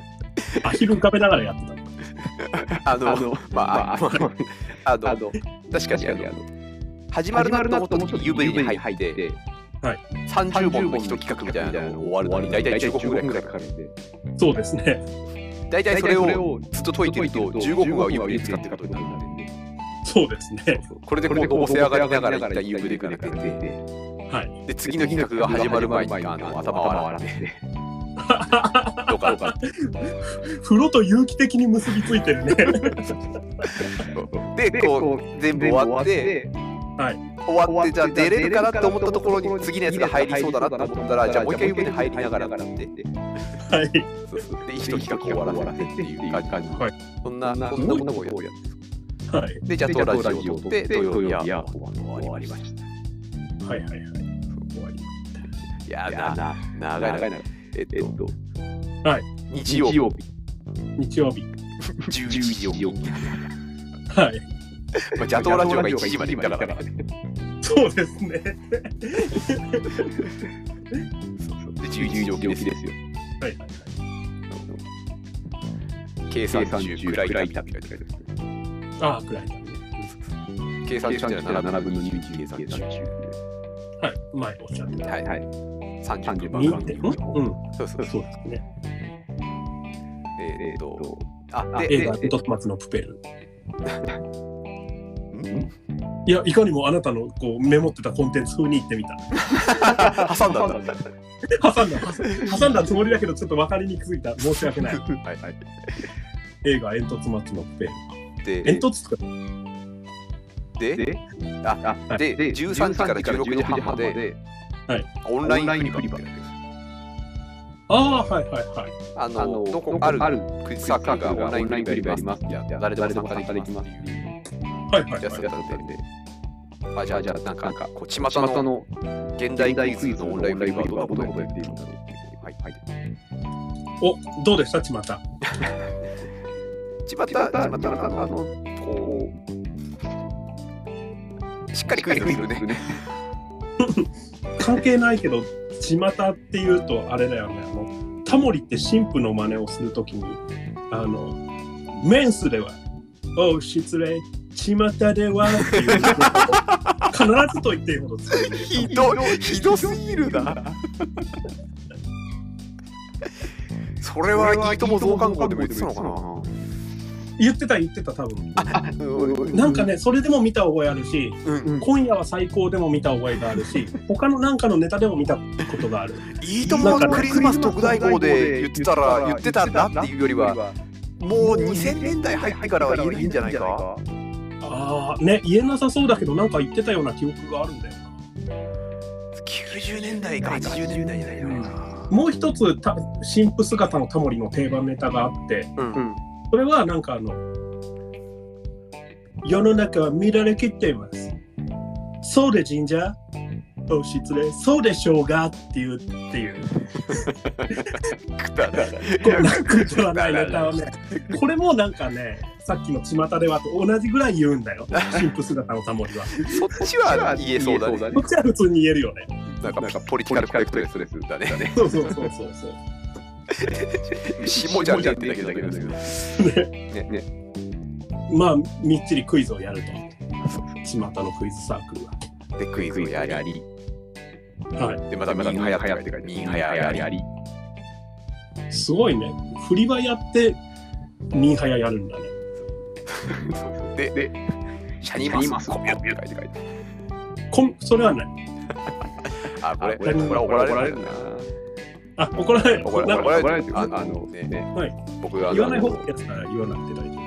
Speaker 2: アヒル浮かべながらやってたのか。
Speaker 1: あの、まあ、あ
Speaker 4: あの
Speaker 1: の、あ
Speaker 4: あ
Speaker 1: の
Speaker 4: の、
Speaker 1: 確か
Speaker 4: 確
Speaker 1: に
Speaker 4: か
Speaker 1: あ
Speaker 4: に、あ
Speaker 1: の、
Speaker 4: の、
Speaker 1: 始ま
Speaker 4: 丸
Speaker 1: る
Speaker 4: な
Speaker 1: な
Speaker 4: る
Speaker 1: と思
Speaker 4: なと
Speaker 1: った
Speaker 4: 思った
Speaker 1: 時に
Speaker 4: 時、UV
Speaker 1: UV
Speaker 4: に
Speaker 1: に
Speaker 4: 入
Speaker 1: 入っ
Speaker 4: って、
Speaker 1: て、
Speaker 4: で、
Speaker 1: 30本の一企画みたいなのを終わるのに、大体15分ぐらいかかる。
Speaker 4: るんで、
Speaker 2: そうですね。
Speaker 1: 大体
Speaker 4: 大
Speaker 1: そ
Speaker 4: 体
Speaker 1: れ
Speaker 4: それ
Speaker 1: を
Speaker 4: を
Speaker 1: ずっと解いてると、15分は UV 使ってることになるんで。
Speaker 4: んで、
Speaker 2: そうですね。
Speaker 1: これで
Speaker 4: で、
Speaker 1: こ
Speaker 4: こ
Speaker 1: う
Speaker 4: う、
Speaker 1: お
Speaker 4: お
Speaker 1: 世
Speaker 4: 世
Speaker 1: 話
Speaker 4: 話
Speaker 1: が
Speaker 4: が
Speaker 1: りなが
Speaker 4: りなが
Speaker 1: ら
Speaker 4: ら
Speaker 1: 一
Speaker 4: 一
Speaker 1: 旦
Speaker 4: 旦
Speaker 1: UV で
Speaker 4: UV
Speaker 1: 行
Speaker 4: で
Speaker 1: か
Speaker 4: か
Speaker 1: なきゃいけ
Speaker 4: なきゃい
Speaker 1: ない。
Speaker 4: けない。
Speaker 2: はい。
Speaker 1: で、次の企画が始まる前に、あの、頭洗って。とかとか。
Speaker 2: 風呂と有機的に結びついてるね。
Speaker 1: で、
Speaker 4: で、
Speaker 1: こ
Speaker 4: こ
Speaker 1: う、
Speaker 4: う、
Speaker 1: 全
Speaker 4: 全
Speaker 1: 部終
Speaker 4: 部終
Speaker 1: わ
Speaker 4: わ
Speaker 1: っ、
Speaker 4: ってて、
Speaker 1: 終
Speaker 4: 終
Speaker 1: わ
Speaker 4: わ
Speaker 1: っ、
Speaker 4: っ
Speaker 1: じ
Speaker 4: てて、じ
Speaker 1: ゃあ
Speaker 4: ゃあ
Speaker 1: 出
Speaker 4: 出
Speaker 1: れ
Speaker 4: れ
Speaker 1: る
Speaker 4: る
Speaker 1: か
Speaker 4: か
Speaker 1: な
Speaker 4: な
Speaker 1: って
Speaker 4: と
Speaker 1: 思
Speaker 4: 思
Speaker 1: っと
Speaker 4: ったたと
Speaker 1: こ
Speaker 4: こ
Speaker 1: ろ
Speaker 4: ろ
Speaker 1: に、
Speaker 4: に、
Speaker 1: 次
Speaker 4: 次
Speaker 1: のや
Speaker 4: のや
Speaker 1: つ
Speaker 4: つ
Speaker 1: が
Speaker 4: が
Speaker 1: 入
Speaker 4: 入
Speaker 1: り
Speaker 4: り
Speaker 1: そ
Speaker 4: そうう
Speaker 1: だな
Speaker 4: だな
Speaker 1: と
Speaker 4: と
Speaker 1: 思
Speaker 4: 思
Speaker 1: っら、じゃあもう一回 UV に入りながらなでそうそうで、一企画終わらせてっていう感じ。そんな、こんな
Speaker 4: ったたら、じゃあもう一回 UV に入りながらなんんで、
Speaker 2: はい。はい
Speaker 1: ことをやって。
Speaker 2: はい。
Speaker 1: で、じゃあ、
Speaker 4: で、
Speaker 1: ト
Speaker 4: ト
Speaker 1: ラ
Speaker 4: ラ
Speaker 1: ジ
Speaker 4: ジ
Speaker 1: オ
Speaker 4: オ
Speaker 1: を
Speaker 4: を
Speaker 1: 撮っ、
Speaker 4: 撮ってて、
Speaker 1: 土
Speaker 4: 土
Speaker 1: 曜
Speaker 4: 曜
Speaker 1: 日
Speaker 4: 日
Speaker 1: は
Speaker 4: は
Speaker 1: 終
Speaker 4: 終
Speaker 1: わ
Speaker 4: わ
Speaker 1: り
Speaker 4: り
Speaker 1: ま
Speaker 4: ま
Speaker 1: し。
Speaker 4: した
Speaker 2: はいはいはい。終わり。
Speaker 1: いや
Speaker 4: た。
Speaker 1: ー、な、
Speaker 4: な
Speaker 1: 長い
Speaker 4: 長い
Speaker 1: な。
Speaker 4: な。
Speaker 1: えっ
Speaker 4: えっ
Speaker 1: と、
Speaker 4: と、
Speaker 1: 日
Speaker 4: 日
Speaker 1: 曜
Speaker 4: 曜
Speaker 1: 日
Speaker 4: 日、
Speaker 2: 日曜日。
Speaker 1: 11時4分。
Speaker 2: はい。
Speaker 1: まあ、ジャトーラジオが1時まで行ったから。
Speaker 2: そうですね。
Speaker 1: で、11
Speaker 4: 11
Speaker 1: 時
Speaker 4: 時
Speaker 1: 4
Speaker 4: 起
Speaker 1: 分
Speaker 4: き
Speaker 1: で
Speaker 4: ですす
Speaker 1: よ
Speaker 4: よ。
Speaker 2: はいはいはい。
Speaker 1: 計算中
Speaker 4: 30
Speaker 1: く
Speaker 4: く
Speaker 1: ら
Speaker 4: ら
Speaker 1: い
Speaker 4: い
Speaker 1: だ
Speaker 4: だ
Speaker 1: み
Speaker 4: み
Speaker 1: た
Speaker 4: た
Speaker 1: い
Speaker 4: い
Speaker 1: な
Speaker 4: な。
Speaker 2: ああ、暗いだね。
Speaker 1: 計算
Speaker 4: 計
Speaker 1: 中
Speaker 4: 算
Speaker 1: で
Speaker 4: 中
Speaker 1: は
Speaker 4: では
Speaker 1: 7
Speaker 4: 7
Speaker 1: 分
Speaker 4: 分
Speaker 1: の
Speaker 4: の
Speaker 1: 2
Speaker 4: 2
Speaker 1: 計
Speaker 4: 計
Speaker 1: 算
Speaker 4: 算
Speaker 1: 中
Speaker 4: 中。
Speaker 2: はい。前おっしゃってた。
Speaker 1: はい
Speaker 4: は。
Speaker 1: はい30分
Speaker 4: 二
Speaker 1: 番
Speaker 2: 見て
Speaker 1: 組
Speaker 2: んうん。
Speaker 1: そ
Speaker 2: そ
Speaker 1: うそう
Speaker 2: う
Speaker 1: そう
Speaker 2: ですね。
Speaker 1: え
Speaker 4: え
Speaker 1: っ
Speaker 4: っ
Speaker 1: と
Speaker 4: と、
Speaker 1: あで
Speaker 2: 映画、
Speaker 1: で
Speaker 2: ウトスマツのプペル。
Speaker 1: ん
Speaker 2: いや、いかにもあなたのこうメモってたコンテンツ風に言ってみた。
Speaker 1: 挟んだんだ
Speaker 2: 挟 んだ、挟んだつもりだけど、ちょっと分かりにくすぎた。申し訳ない。
Speaker 1: はいはい
Speaker 2: 映画、煙突松のプペル。
Speaker 1: で
Speaker 2: 煙突とか、
Speaker 1: で
Speaker 4: で、
Speaker 1: あ
Speaker 2: はい
Speaker 1: で
Speaker 4: で、
Speaker 1: 13
Speaker 4: 13
Speaker 1: 時
Speaker 4: 時
Speaker 1: か
Speaker 4: からら
Speaker 1: 16
Speaker 4: 16
Speaker 1: 時
Speaker 4: 時
Speaker 1: 半
Speaker 4: 半
Speaker 1: ま
Speaker 4: ま
Speaker 1: で
Speaker 4: で、
Speaker 1: オ
Speaker 4: オ
Speaker 1: ン
Speaker 4: ン
Speaker 1: ラ
Speaker 4: ラ
Speaker 1: イン
Speaker 4: イン
Speaker 1: フ
Speaker 4: フ
Speaker 1: リ
Speaker 4: リ
Speaker 1: バ
Speaker 4: バ
Speaker 1: ー
Speaker 4: ー
Speaker 2: ああ、はいはいはい。
Speaker 1: あ
Speaker 4: あの
Speaker 1: の、ど
Speaker 4: ど
Speaker 1: こ
Speaker 4: こ
Speaker 1: あ
Speaker 4: あ
Speaker 1: る
Speaker 4: る
Speaker 1: クイズサ
Speaker 4: サ
Speaker 1: ー
Speaker 4: ー
Speaker 1: ク
Speaker 4: ク
Speaker 1: ル
Speaker 4: ル
Speaker 1: がオ
Speaker 4: がオ
Speaker 1: ン
Speaker 4: ン
Speaker 1: ライン
Speaker 4: ライン
Speaker 1: フ
Speaker 4: フ
Speaker 1: リ
Speaker 4: リ
Speaker 1: バ
Speaker 4: バ
Speaker 1: ー
Speaker 4: ー
Speaker 1: や
Speaker 4: や
Speaker 1: り
Speaker 4: り
Speaker 1: まいや誰で
Speaker 4: ますす誰で
Speaker 1: も
Speaker 4: も
Speaker 1: 参
Speaker 4: 参
Speaker 1: 加
Speaker 4: 加
Speaker 1: で
Speaker 4: で
Speaker 1: き
Speaker 4: き
Speaker 1: ま
Speaker 4: ますす
Speaker 1: っていう
Speaker 2: はいはい
Speaker 1: やつ
Speaker 2: はい。
Speaker 1: だったんであじゃあじゃあなんかこう巷
Speaker 4: 巷
Speaker 1: の
Speaker 4: の
Speaker 1: 現代ク
Speaker 4: 大大
Speaker 1: イ
Speaker 4: ク
Speaker 1: ズ
Speaker 4: イズ
Speaker 1: のオ
Speaker 4: のオ
Speaker 1: ン
Speaker 4: ン
Speaker 1: ライ
Speaker 4: ライ
Speaker 1: ンフ
Speaker 4: ンフ
Speaker 1: リ
Speaker 4: リ
Speaker 1: バー
Speaker 4: バー
Speaker 1: は
Speaker 4: は
Speaker 1: どん
Speaker 4: どん
Speaker 1: なこやっいるのか
Speaker 4: なこととやってているのか
Speaker 2: お、どうでした、ちまた。
Speaker 1: ちまた、ちまたのあの、こう、しっかりクイズするね。
Speaker 2: 関係ないけど巷っていうとあれだよねあのタモリって神父の真似をするときにあのメンスでは「おう失礼巷では」っていう必ずと言っていいほど使う
Speaker 1: ひどいひどすぎるなそれはいいとも増刊号でも言ってたのかな
Speaker 2: 言ってた言ってた多分
Speaker 1: うん
Speaker 2: なんかねそれでも見た覚えあるし
Speaker 1: うん
Speaker 2: 今夜は最高でも見た覚えがあるし他のなんかのネタでも見たことがある
Speaker 1: いいとものクリスマス特大号で言ってたら言ってたんだっていうよりはもう2000年代入ってからは言えるんじゃないか
Speaker 2: ああね言えなさそうだけどなんか言ってたような記憶があるんだよな
Speaker 1: 90年代か80年代じゃないか
Speaker 2: もう一つた神父姿のタモリの定番ネタがあって
Speaker 1: なうん
Speaker 2: それはなんかあの世の中は乱れ切っていますそうで神社お失礼そうでしょうがっていうっていう
Speaker 1: くだらない
Speaker 2: これなんか言わないネタをねこれもなんかねさっきの巷ではと同じぐらい言うんだよ神父姿のタモリは
Speaker 1: そっちは言えそうだね
Speaker 2: こっちは普通に言えるよね
Speaker 1: なんかポリティカルコレクトレスだね
Speaker 2: そうそうそうそうそう
Speaker 1: 下じゃねえってだけだけどねね
Speaker 2: まあみっちりクイズをやると巷のクイズサークルは
Speaker 1: でクイズをやり
Speaker 2: はい
Speaker 1: でまたまたミンハヤって書いてミンハヤやり
Speaker 2: すごいね振りはやってミンハヤやるんだね
Speaker 1: ででシャニマスコミュって書いて書いて
Speaker 2: こんそれはない
Speaker 1: あこれこれ怒られるな
Speaker 2: あ怒られる
Speaker 1: 怒ら
Speaker 2: なんか
Speaker 1: れるあのね僕が
Speaker 2: 言わない方がいいやつなら言わなくて大丈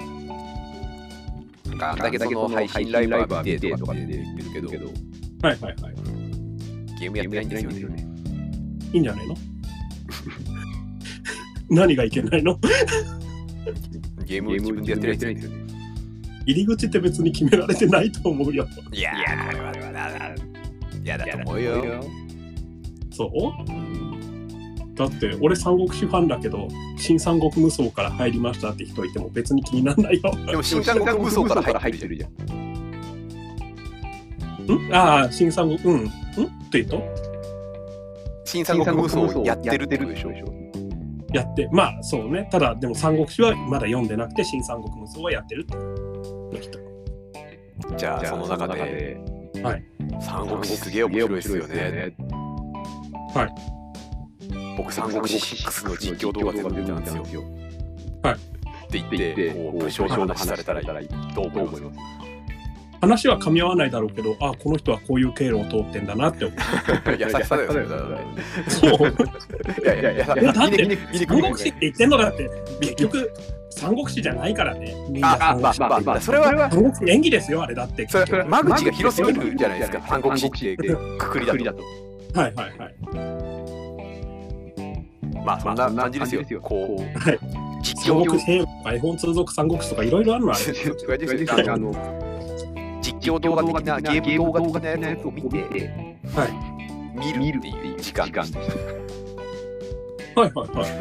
Speaker 1: なんかあんだけその配信ライブは見てとかで言ってるけど、
Speaker 2: 夫はいはいはい
Speaker 1: ゲームやってないんですよね。
Speaker 2: いいんじゃないの 何がいけないの
Speaker 1: ゲーム自分でやってないんですよね。
Speaker 2: 入り口って別に決められてないと思うよ
Speaker 1: いやー、これはだだ。いやだと思うよ。
Speaker 2: そうだって俺三国志ファンだけど新三国無双から入りましたって人いても別に気にならないよ
Speaker 1: でも、新韓国武装から入ってるじゃん。
Speaker 2: んああ新三国うんんって言うと
Speaker 1: 新韓国武装やってるってことでしょ。
Speaker 2: やってまあそうねただでも三国志はまだ読んでなくて新三国無双はやってるって人
Speaker 1: じゃあ、その中で、三国志すげえ面白いですよね。
Speaker 2: はい。
Speaker 1: 僕、三国志6の実況動画全部見たんですよ。
Speaker 2: はい
Speaker 1: って言って、こう、武将の話されたらどう思います
Speaker 2: 話は噛み合わないだろうけどあこの人はこういう経路を通ってんだなって思う
Speaker 1: 優しさだよね。
Speaker 2: そう
Speaker 1: いやいやいや、
Speaker 2: いやだって
Speaker 1: 三
Speaker 2: 三国志って言ってんのだって結局三国志じゃないからねみんな
Speaker 1: あ、あ、
Speaker 2: 三
Speaker 1: まあま
Speaker 2: 国志
Speaker 1: あまあ、それは、
Speaker 2: 三国志演技ですよあれだって
Speaker 1: それ
Speaker 2: 結局
Speaker 1: 間口が広すぎるじゃないですか、三国志ってくくりだと。
Speaker 2: はいはいはい
Speaker 1: まあ、そんな感じですよ。こう、
Speaker 2: はい
Speaker 1: 実
Speaker 2: 三
Speaker 1: 況
Speaker 2: 国志平和本通俗三国志とかいろいろあるのあれ
Speaker 1: あの実況動画的な、ゲーム動画的なやつを見て、見るっていう時間でした。
Speaker 2: はいはいはい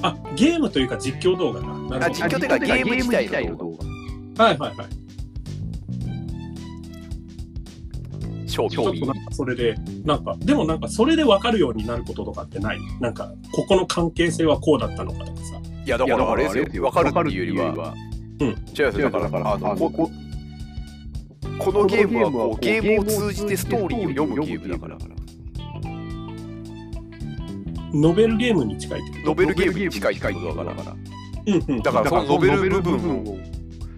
Speaker 2: あゲームというか実況動画だな
Speaker 1: あ
Speaker 2: るほど
Speaker 1: 実況というか、ゲーム自体の動画、
Speaker 2: はいはいはい
Speaker 1: 勝
Speaker 2: ちょっと
Speaker 1: 負
Speaker 2: な。んかそれでなんかでもなんかそれで分かるようになることとかってないなんかここの関係性はこうだったのかとかさ
Speaker 1: いや、だからあれですよ、わかるっていうよりは、違うよ、だから、あの、このゲームはこう、ゲームを通じてストーリーを読むゲームだから。
Speaker 2: ノベルゲームに近いってこ
Speaker 1: ノベルゲームに近い近いことだから。
Speaker 2: とうんうん
Speaker 1: だからそのノベル部分を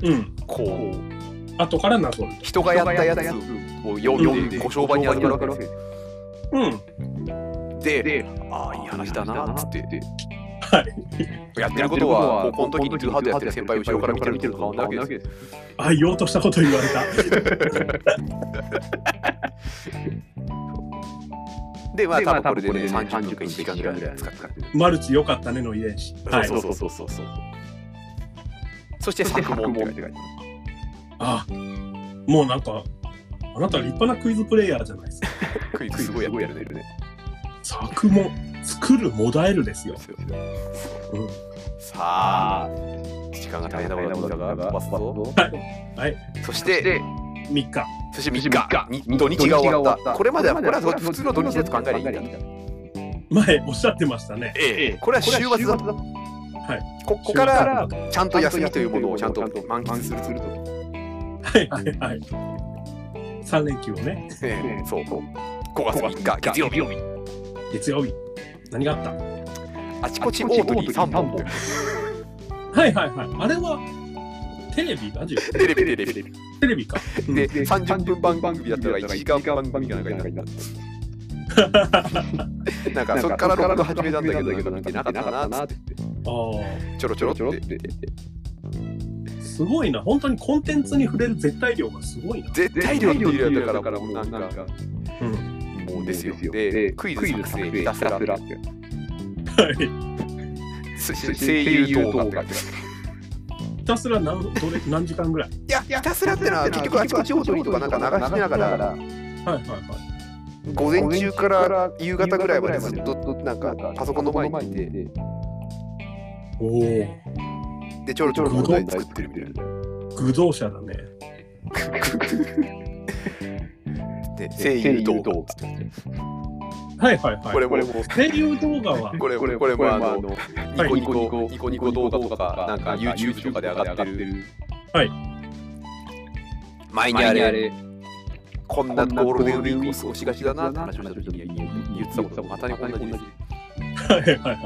Speaker 2: うん
Speaker 1: こう
Speaker 2: 後からなぞる
Speaker 1: 人がやったやつを読んでご商売にあげるわけですよ
Speaker 2: うん
Speaker 1: で、ああいい話だなっつって
Speaker 2: はい
Speaker 1: やってることは高校の時にトゥーハードやってる先輩を後ろから見てるのと変わんないわけですよ。
Speaker 2: あ言おうとしたこと言われた
Speaker 1: で、まあ多分これでね30分1時間ぐらい使って
Speaker 2: マルチ良かったねの遺伝子はい
Speaker 1: そうそうそうそうそう。そして作文って書いてある
Speaker 2: あもうなんかあなた立派なクイズプレイヤーじゃないですか
Speaker 1: クイズすごいやるね。
Speaker 2: 作も作るモダエルですよ
Speaker 1: さあ、時間が大変なことだが、バスぞ。
Speaker 2: はい
Speaker 1: そして、
Speaker 2: 3日
Speaker 1: そして3
Speaker 3: 3
Speaker 1: 日
Speaker 3: 日
Speaker 1: に
Speaker 3: に土
Speaker 1: 土日
Speaker 3: 日
Speaker 1: が
Speaker 3: が
Speaker 1: 終
Speaker 3: 終
Speaker 1: わ
Speaker 3: わ
Speaker 1: っ
Speaker 3: ったた
Speaker 1: これまではこれは普
Speaker 4: 普
Speaker 1: 通
Speaker 4: 通
Speaker 1: の
Speaker 4: の
Speaker 1: 土
Speaker 4: 土
Speaker 1: 日
Speaker 4: 日
Speaker 1: で
Speaker 4: で
Speaker 1: 考
Speaker 4: 考
Speaker 1: えれ
Speaker 4: えれ
Speaker 1: ばい
Speaker 4: ばい
Speaker 1: いん
Speaker 4: いん
Speaker 1: だ
Speaker 4: だ
Speaker 2: 前おっしゃってましたね。
Speaker 1: ええ
Speaker 3: え
Speaker 1: これは
Speaker 4: 週
Speaker 1: 週
Speaker 4: 末
Speaker 1: 末だ
Speaker 4: だ
Speaker 1: と
Speaker 4: と
Speaker 1: ここ
Speaker 2: 週末
Speaker 1: から
Speaker 2: だと
Speaker 1: ちゃんと休みというものをちゃんと満喫すると
Speaker 2: はいはいはい。3連休をね、
Speaker 1: ええそう5月3日月
Speaker 3: 月
Speaker 1: 曜
Speaker 3: 曜日
Speaker 1: 日
Speaker 2: 月曜日。何があった
Speaker 1: あちこちオートリー3本
Speaker 2: はいはいはい。あれは、テレビラジオ
Speaker 1: テレビテレビテレビ
Speaker 2: テレビか。う ん
Speaker 1: で30分番組だったら1時間番組かなんかになったなんかそっから録画始めたんだけど、なんか見てなかったかなっつって、
Speaker 2: あ
Speaker 1: ちょろちょろって。
Speaker 2: あ、すごいな。本当にコンテンツに触れる絶対量がすごいな。
Speaker 1: 絶対量っていうやつだから、もうなんか、
Speaker 2: うん。
Speaker 1: もうですよ。で、クイズ作成ひたすら、
Speaker 2: はい。
Speaker 1: す声優動画って感じ。
Speaker 2: ひたすら何どれ何時間ぐらい
Speaker 1: いや、ひたすらってのは結局あちこちオートリーとかなんか流してながら、
Speaker 2: はいはいはい。
Speaker 1: 午前中から夕方ぐらいまでずっとなんかパソコンの前にいて、
Speaker 2: お
Speaker 1: で、ちょろちょろ問題作ってるみたいな。
Speaker 2: お、愚道者だね。
Speaker 1: で、声優動画。
Speaker 2: はいはいはい。
Speaker 1: これ、これも。
Speaker 2: 声優動 画は、
Speaker 1: これこれこれもあのニコニコニコニコ動画とかなんか YouTube とかで上がってる
Speaker 2: はい
Speaker 1: 前にあれこんなゴールデンウィークを過ごしがちだなって話をした時に言ってたことがまたに同じです
Speaker 2: はいはいはい。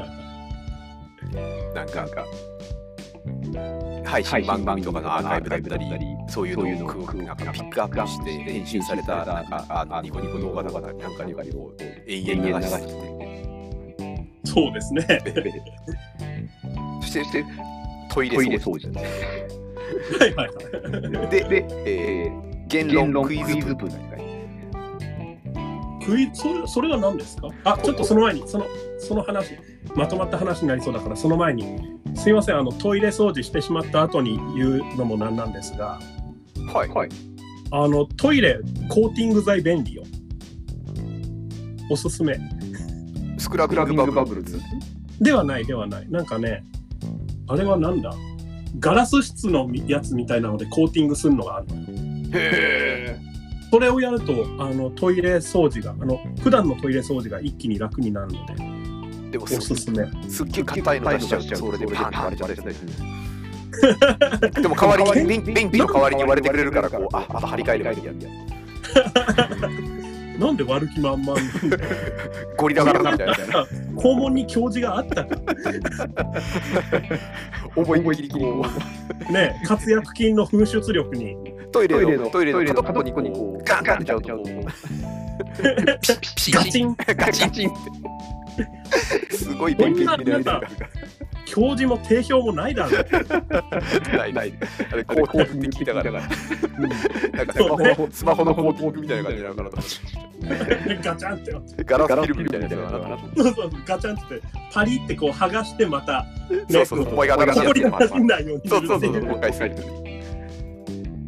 Speaker 1: なんか配信番組とかのアーカイブだったりそういうのをこうなんかピックアップして編集されたなんかあのニコニコ動画とかなんかにこう延々流してて
Speaker 2: そうですね。
Speaker 1: そしてトイレ掃除
Speaker 2: はいはいはい。
Speaker 1: で、えー言論クイズ部
Speaker 2: クイそれそれが何ですかあちょっとその前にそのその話まとまった話になりそうだからその前にすいませんあのトイレ掃除してしまった後に言うのもなんなんですが
Speaker 1: はい。はい。
Speaker 2: あのトイレコーティング剤便利よおすすめ
Speaker 1: スクラグラグバブルズ。
Speaker 2: ではないではないなんかねあれはなんだガラス質のやつみたいなのでコーティングするのがある
Speaker 1: へ
Speaker 2: それをやるとあのトイレ掃除があの普段のトイレ掃除が一気に楽になるので
Speaker 1: ーでも
Speaker 2: お
Speaker 1: す
Speaker 2: す
Speaker 1: っ
Speaker 2: すめ
Speaker 1: すっげえ硬いの出しちゃうとそれでパンって割れちゃったりする。でも代わ
Speaker 4: 代わ
Speaker 1: り
Speaker 4: り
Speaker 1: に
Speaker 4: に
Speaker 1: 便便利の代わりに割れてくれるからこうあまた張り替えればいいやみたいな
Speaker 2: なんで悪気満 々に
Speaker 1: ゴリラ柄みたいな
Speaker 2: 肛門に教授があったか
Speaker 1: 思いっきりこ
Speaker 2: ね活躍金の噴出力に
Speaker 1: うトイ
Speaker 4: トイレ
Speaker 1: レの
Speaker 4: の
Speaker 1: ト
Speaker 4: ト
Speaker 1: イ
Speaker 4: イ
Speaker 1: レ
Speaker 4: レ
Speaker 1: の
Speaker 4: の
Speaker 1: 角
Speaker 4: 角
Speaker 1: っ
Speaker 4: っ
Speaker 1: ぽ
Speaker 4: こ
Speaker 1: に
Speaker 4: に
Speaker 1: こ
Speaker 4: こ
Speaker 1: う
Speaker 4: う
Speaker 1: ガ
Speaker 4: ガ
Speaker 1: ンガンって
Speaker 4: ンガンっ
Speaker 1: ち
Speaker 4: ち
Speaker 1: ゃ
Speaker 4: ゃ
Speaker 1: う
Speaker 4: う
Speaker 1: と
Speaker 4: と
Speaker 1: こ
Speaker 4: こ
Speaker 2: ガチン
Speaker 1: ガチン
Speaker 4: チン
Speaker 1: うすごい便利になるみたい
Speaker 2: 教授も定評もないだろう
Speaker 1: な。ないない。あれコーティングって聞いたからなんかスマホのスマホのコーティングみたいな感じだから
Speaker 2: ガチャンってそう
Speaker 1: ガラスフィルムみたいなやつだから。
Speaker 2: そうそうガチャンってパリってこう剥がしてまた
Speaker 1: そ
Speaker 2: ね
Speaker 1: うそうそう。お前がガラス
Speaker 2: ここに馴染んないように
Speaker 1: そうそうそう、
Speaker 2: する
Speaker 1: もう一回する。え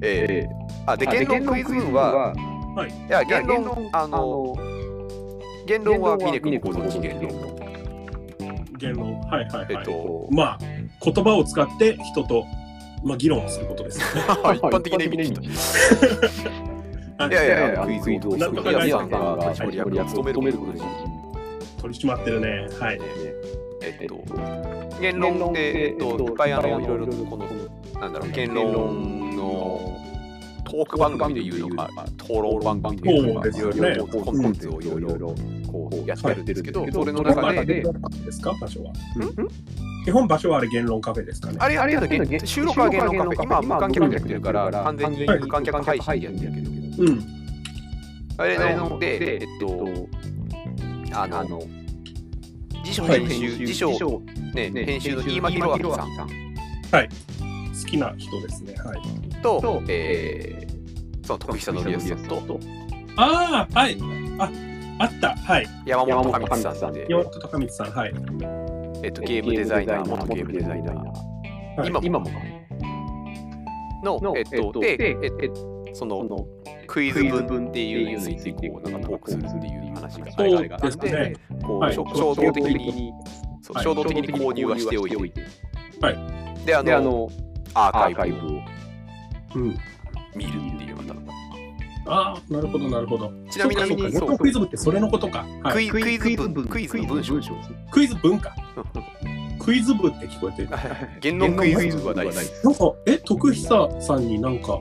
Speaker 1: え
Speaker 4: え
Speaker 1: あ、で、
Speaker 4: ー、で
Speaker 1: 言
Speaker 4: 言
Speaker 1: 論
Speaker 4: 論
Speaker 1: ク
Speaker 4: ク
Speaker 1: イ
Speaker 4: イ
Speaker 1: ズ
Speaker 4: ズ
Speaker 1: 部は、
Speaker 4: はい
Speaker 1: や、
Speaker 4: いや
Speaker 1: 言
Speaker 4: 言
Speaker 1: 論
Speaker 4: 論、
Speaker 1: あ
Speaker 4: あ
Speaker 1: の、
Speaker 4: の
Speaker 1: 言論
Speaker 4: 論
Speaker 1: は
Speaker 4: は
Speaker 1: 峰
Speaker 4: 峰
Speaker 1: 君
Speaker 4: 君
Speaker 1: ご
Speaker 4: ご
Speaker 1: 存
Speaker 4: 存
Speaker 1: 知
Speaker 4: 知
Speaker 1: 言
Speaker 4: 言
Speaker 1: 論
Speaker 4: 論
Speaker 2: 言論はいはい
Speaker 1: え
Speaker 2: は
Speaker 1: っ
Speaker 2: い、
Speaker 1: と、
Speaker 2: まあ言葉を使って人とまあ議論をすることですよね
Speaker 1: 一般的な意味でい
Speaker 2: はい
Speaker 1: やいやい
Speaker 4: あ
Speaker 1: や、
Speaker 4: の
Speaker 1: クイズを
Speaker 2: なんとか
Speaker 1: 皆
Speaker 2: 皆
Speaker 1: さ
Speaker 2: さ
Speaker 1: ん
Speaker 2: ん
Speaker 1: が
Speaker 4: が
Speaker 1: 取締役を務めることで
Speaker 2: 取り締まってるねはい
Speaker 1: えっ
Speaker 4: えっ
Speaker 1: と
Speaker 4: と、
Speaker 1: 言
Speaker 4: 言
Speaker 1: 論
Speaker 4: 論
Speaker 1: っ、
Speaker 4: ってて
Speaker 1: え
Speaker 4: え
Speaker 1: っ
Speaker 4: っ
Speaker 1: と、
Speaker 4: と
Speaker 1: いっぱいあの、い
Speaker 4: い
Speaker 1: ろ
Speaker 4: ろ
Speaker 1: い
Speaker 4: い
Speaker 1: ろ
Speaker 4: ろ
Speaker 1: この、なんだろう、言論のトーク番組で言うのか、討論番組で言うのか、い
Speaker 2: そう
Speaker 1: ろ
Speaker 2: です
Speaker 1: い
Speaker 2: ね
Speaker 1: ろこうコンテンツをいろいろこうやってるんですけど、それの
Speaker 2: 基本
Speaker 1: 中
Speaker 2: まだ
Speaker 1: で、
Speaker 2: 言論カフェですか場所は、うん基本場所はあれ言論カフェですかね
Speaker 1: あれ、あれやだけど、収録は言論カフェ、今は無観客でやってるから、完全に
Speaker 2: はい
Speaker 1: 無観客配信でやってるけど、
Speaker 2: うん
Speaker 1: あれ
Speaker 4: あれ
Speaker 1: の
Speaker 4: の
Speaker 1: で、え
Speaker 4: で
Speaker 1: っと、あ
Speaker 4: あ
Speaker 1: の、
Speaker 4: の
Speaker 1: 辞書
Speaker 2: はい
Speaker 1: 編集、辞書、ね、
Speaker 4: ね
Speaker 1: 編集の飯
Speaker 4: 飯間
Speaker 1: 間
Speaker 4: 弘
Speaker 1: 弘
Speaker 4: 明
Speaker 1: 明
Speaker 4: さ
Speaker 1: さ
Speaker 4: ん
Speaker 2: 好きな人ですねはい
Speaker 1: んと
Speaker 4: と、
Speaker 1: えーその徳久典康さんと、
Speaker 2: ああ、はい。あ、あった。はい。
Speaker 1: 山本隆光さんさんで、
Speaker 2: 山本高光さん、はい。
Speaker 1: えっと、ゲー
Speaker 4: ゲー
Speaker 1: ム
Speaker 4: ム
Speaker 1: デ
Speaker 4: デ
Speaker 1: ザ
Speaker 4: ザ
Speaker 1: イ
Speaker 4: イ
Speaker 1: ナー、
Speaker 4: ナー、
Speaker 1: 元
Speaker 4: 元
Speaker 1: ゲ
Speaker 4: ゲ
Speaker 1: ー
Speaker 4: ー
Speaker 1: ム
Speaker 4: ム
Speaker 1: デ
Speaker 4: デ
Speaker 1: ザ
Speaker 4: ザ
Speaker 1: イ
Speaker 4: イ
Speaker 1: ナ
Speaker 4: ナ
Speaker 1: ー
Speaker 4: ー
Speaker 2: はい
Speaker 1: 今も
Speaker 4: 今もか
Speaker 1: の
Speaker 4: の、、
Speaker 1: え
Speaker 4: え
Speaker 1: っ
Speaker 4: っ
Speaker 1: と、
Speaker 4: と、
Speaker 1: で
Speaker 4: で、、
Speaker 1: え
Speaker 4: え
Speaker 1: っ
Speaker 4: っ
Speaker 1: と、その、
Speaker 4: と、
Speaker 1: クイズ文っていうのについて、こう、なんかトークするっていう話が、
Speaker 2: そうですね。
Speaker 1: こう、
Speaker 2: はい
Speaker 1: 衝衝動的に、そう
Speaker 2: はい
Speaker 1: 衝動的に購入はしておいて、で、あ
Speaker 4: で、あ
Speaker 1: の、
Speaker 4: の、
Speaker 1: ア
Speaker 4: ア
Speaker 1: ー
Speaker 4: ー
Speaker 1: カ
Speaker 4: カ
Speaker 1: イ
Speaker 4: イ
Speaker 1: ブ
Speaker 4: ブ
Speaker 1: を
Speaker 4: を
Speaker 2: うん。
Speaker 1: 見るっていうまた
Speaker 2: ああ、なるほど、なるほど。
Speaker 1: ちなみに
Speaker 2: そうかそ
Speaker 1: そう
Speaker 2: うか元のクイズ部ってそれのことか。は
Speaker 1: ク
Speaker 2: い、
Speaker 1: イクイズ文クイズの文章
Speaker 2: クイズ文 化。クイズ部って聞こえてる。
Speaker 1: 言論クイズはないです
Speaker 2: なんか、え、徳久さんになんか、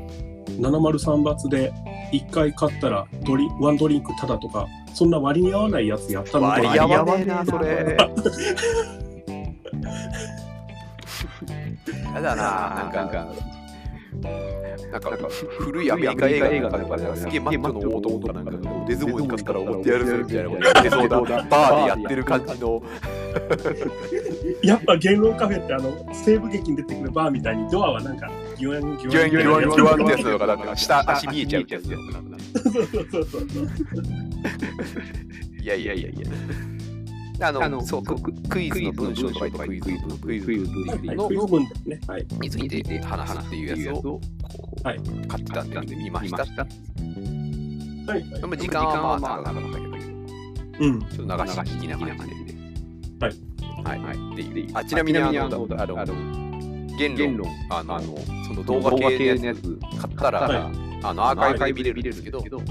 Speaker 2: 703罰で1回勝ったらドリ、ワンドリンクタダとか、そんな割に合わないやつやったのか
Speaker 1: 割
Speaker 2: な
Speaker 1: り合わねえなそれやだななんかなんか古いアメリカ映画とかなんかなんかすげえマッチョの男とかなんかデズボーイかしたら思ってやるぜみたいなことやってそうだバーでやってる感じの
Speaker 2: やっぱ言論カフェってあの西部劇に出てくるバーみたいにドアはなんかギュワンギ
Speaker 1: ギュワンギュワンギュワンってやつとかなんか下
Speaker 3: 足
Speaker 1: 足見
Speaker 3: 見
Speaker 1: え
Speaker 3: え
Speaker 1: ち
Speaker 3: ち
Speaker 1: ゃ
Speaker 3: ゃ
Speaker 1: う
Speaker 3: う
Speaker 1: ってやつやなんか
Speaker 2: そうそうそうそう
Speaker 1: いやいやいやいやあのそうククイズの文章とかクイズ文クイズ
Speaker 2: はい
Speaker 1: の
Speaker 2: クイズ文だよねはい
Speaker 1: について話すっていうやつをこ
Speaker 2: はいう
Speaker 1: 買ってたんで見ました
Speaker 2: はい
Speaker 1: で
Speaker 2: は
Speaker 1: も時間はまあ長かったけどち
Speaker 2: いうん
Speaker 1: ょっと流し聞きながらで
Speaker 2: はい
Speaker 1: はいはいっていうあちなみにあのあの言論あのその動画系のやつ買ったら
Speaker 2: は
Speaker 1: あのアーカイブで見れるんですけど
Speaker 2: はい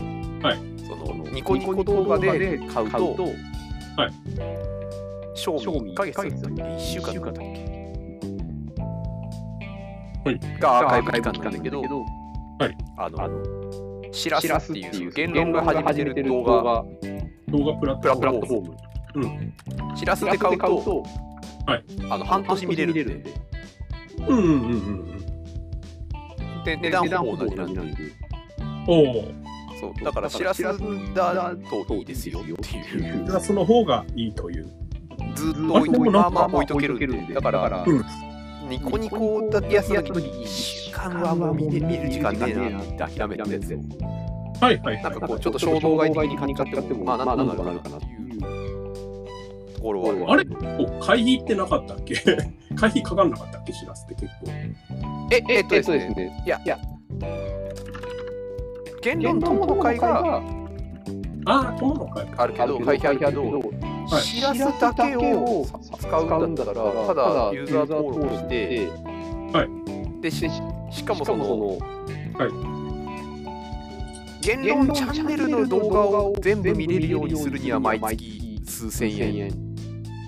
Speaker 1: そのニコニコ動画で買うと
Speaker 2: はい
Speaker 1: 賞味1ヶ月1週間だったっけ
Speaker 2: はい
Speaker 1: がアーカイブ期間なんだけど
Speaker 2: はい
Speaker 1: あの知らすっていう言論が始めてる動画
Speaker 2: 動画プラッ
Speaker 1: プ
Speaker 2: ト
Speaker 1: ラ
Speaker 2: フ
Speaker 1: プ
Speaker 2: ォ
Speaker 1: ラ
Speaker 2: ー
Speaker 1: ッ
Speaker 2: ム
Speaker 1: トフォーム。うん。知らせで買うと、
Speaker 2: はい
Speaker 1: あの半年見れるんで、
Speaker 2: うんうんうんうん
Speaker 1: で値段ほぼ同じなんで、
Speaker 2: おお
Speaker 1: そうだから知らせだといいですよっていう、
Speaker 2: じゃあその方がいいという
Speaker 1: ずっと置い
Speaker 2: あでもなん
Speaker 1: ま
Speaker 2: か
Speaker 1: あまあ置いとけるんで、だから
Speaker 2: うん、
Speaker 1: ニコニコだけ休んだ時に、1週間はもう見て見る時間ねえなって諦めたやつを、
Speaker 2: はいはい
Speaker 1: な
Speaker 2: は
Speaker 1: ん
Speaker 2: い
Speaker 1: かこう、ちょっと衝動買い的に買っちゃっても、まあなんとかなるかなっていうところは
Speaker 2: あれお会費ってなかったっけ 会費かかんなかったっけ知らせって結構
Speaker 1: え、えっとですね、いや、いや、言論友の会が、
Speaker 2: ああ友の会
Speaker 1: あるけど、会費あるけど、
Speaker 2: はい
Speaker 1: 知らすだけを使うんだったら、ただユーザー登録して、
Speaker 2: は
Speaker 1: でししかもその、
Speaker 2: は
Speaker 1: 言論チャンネルの動画を全部見れるようにするには毎月数千円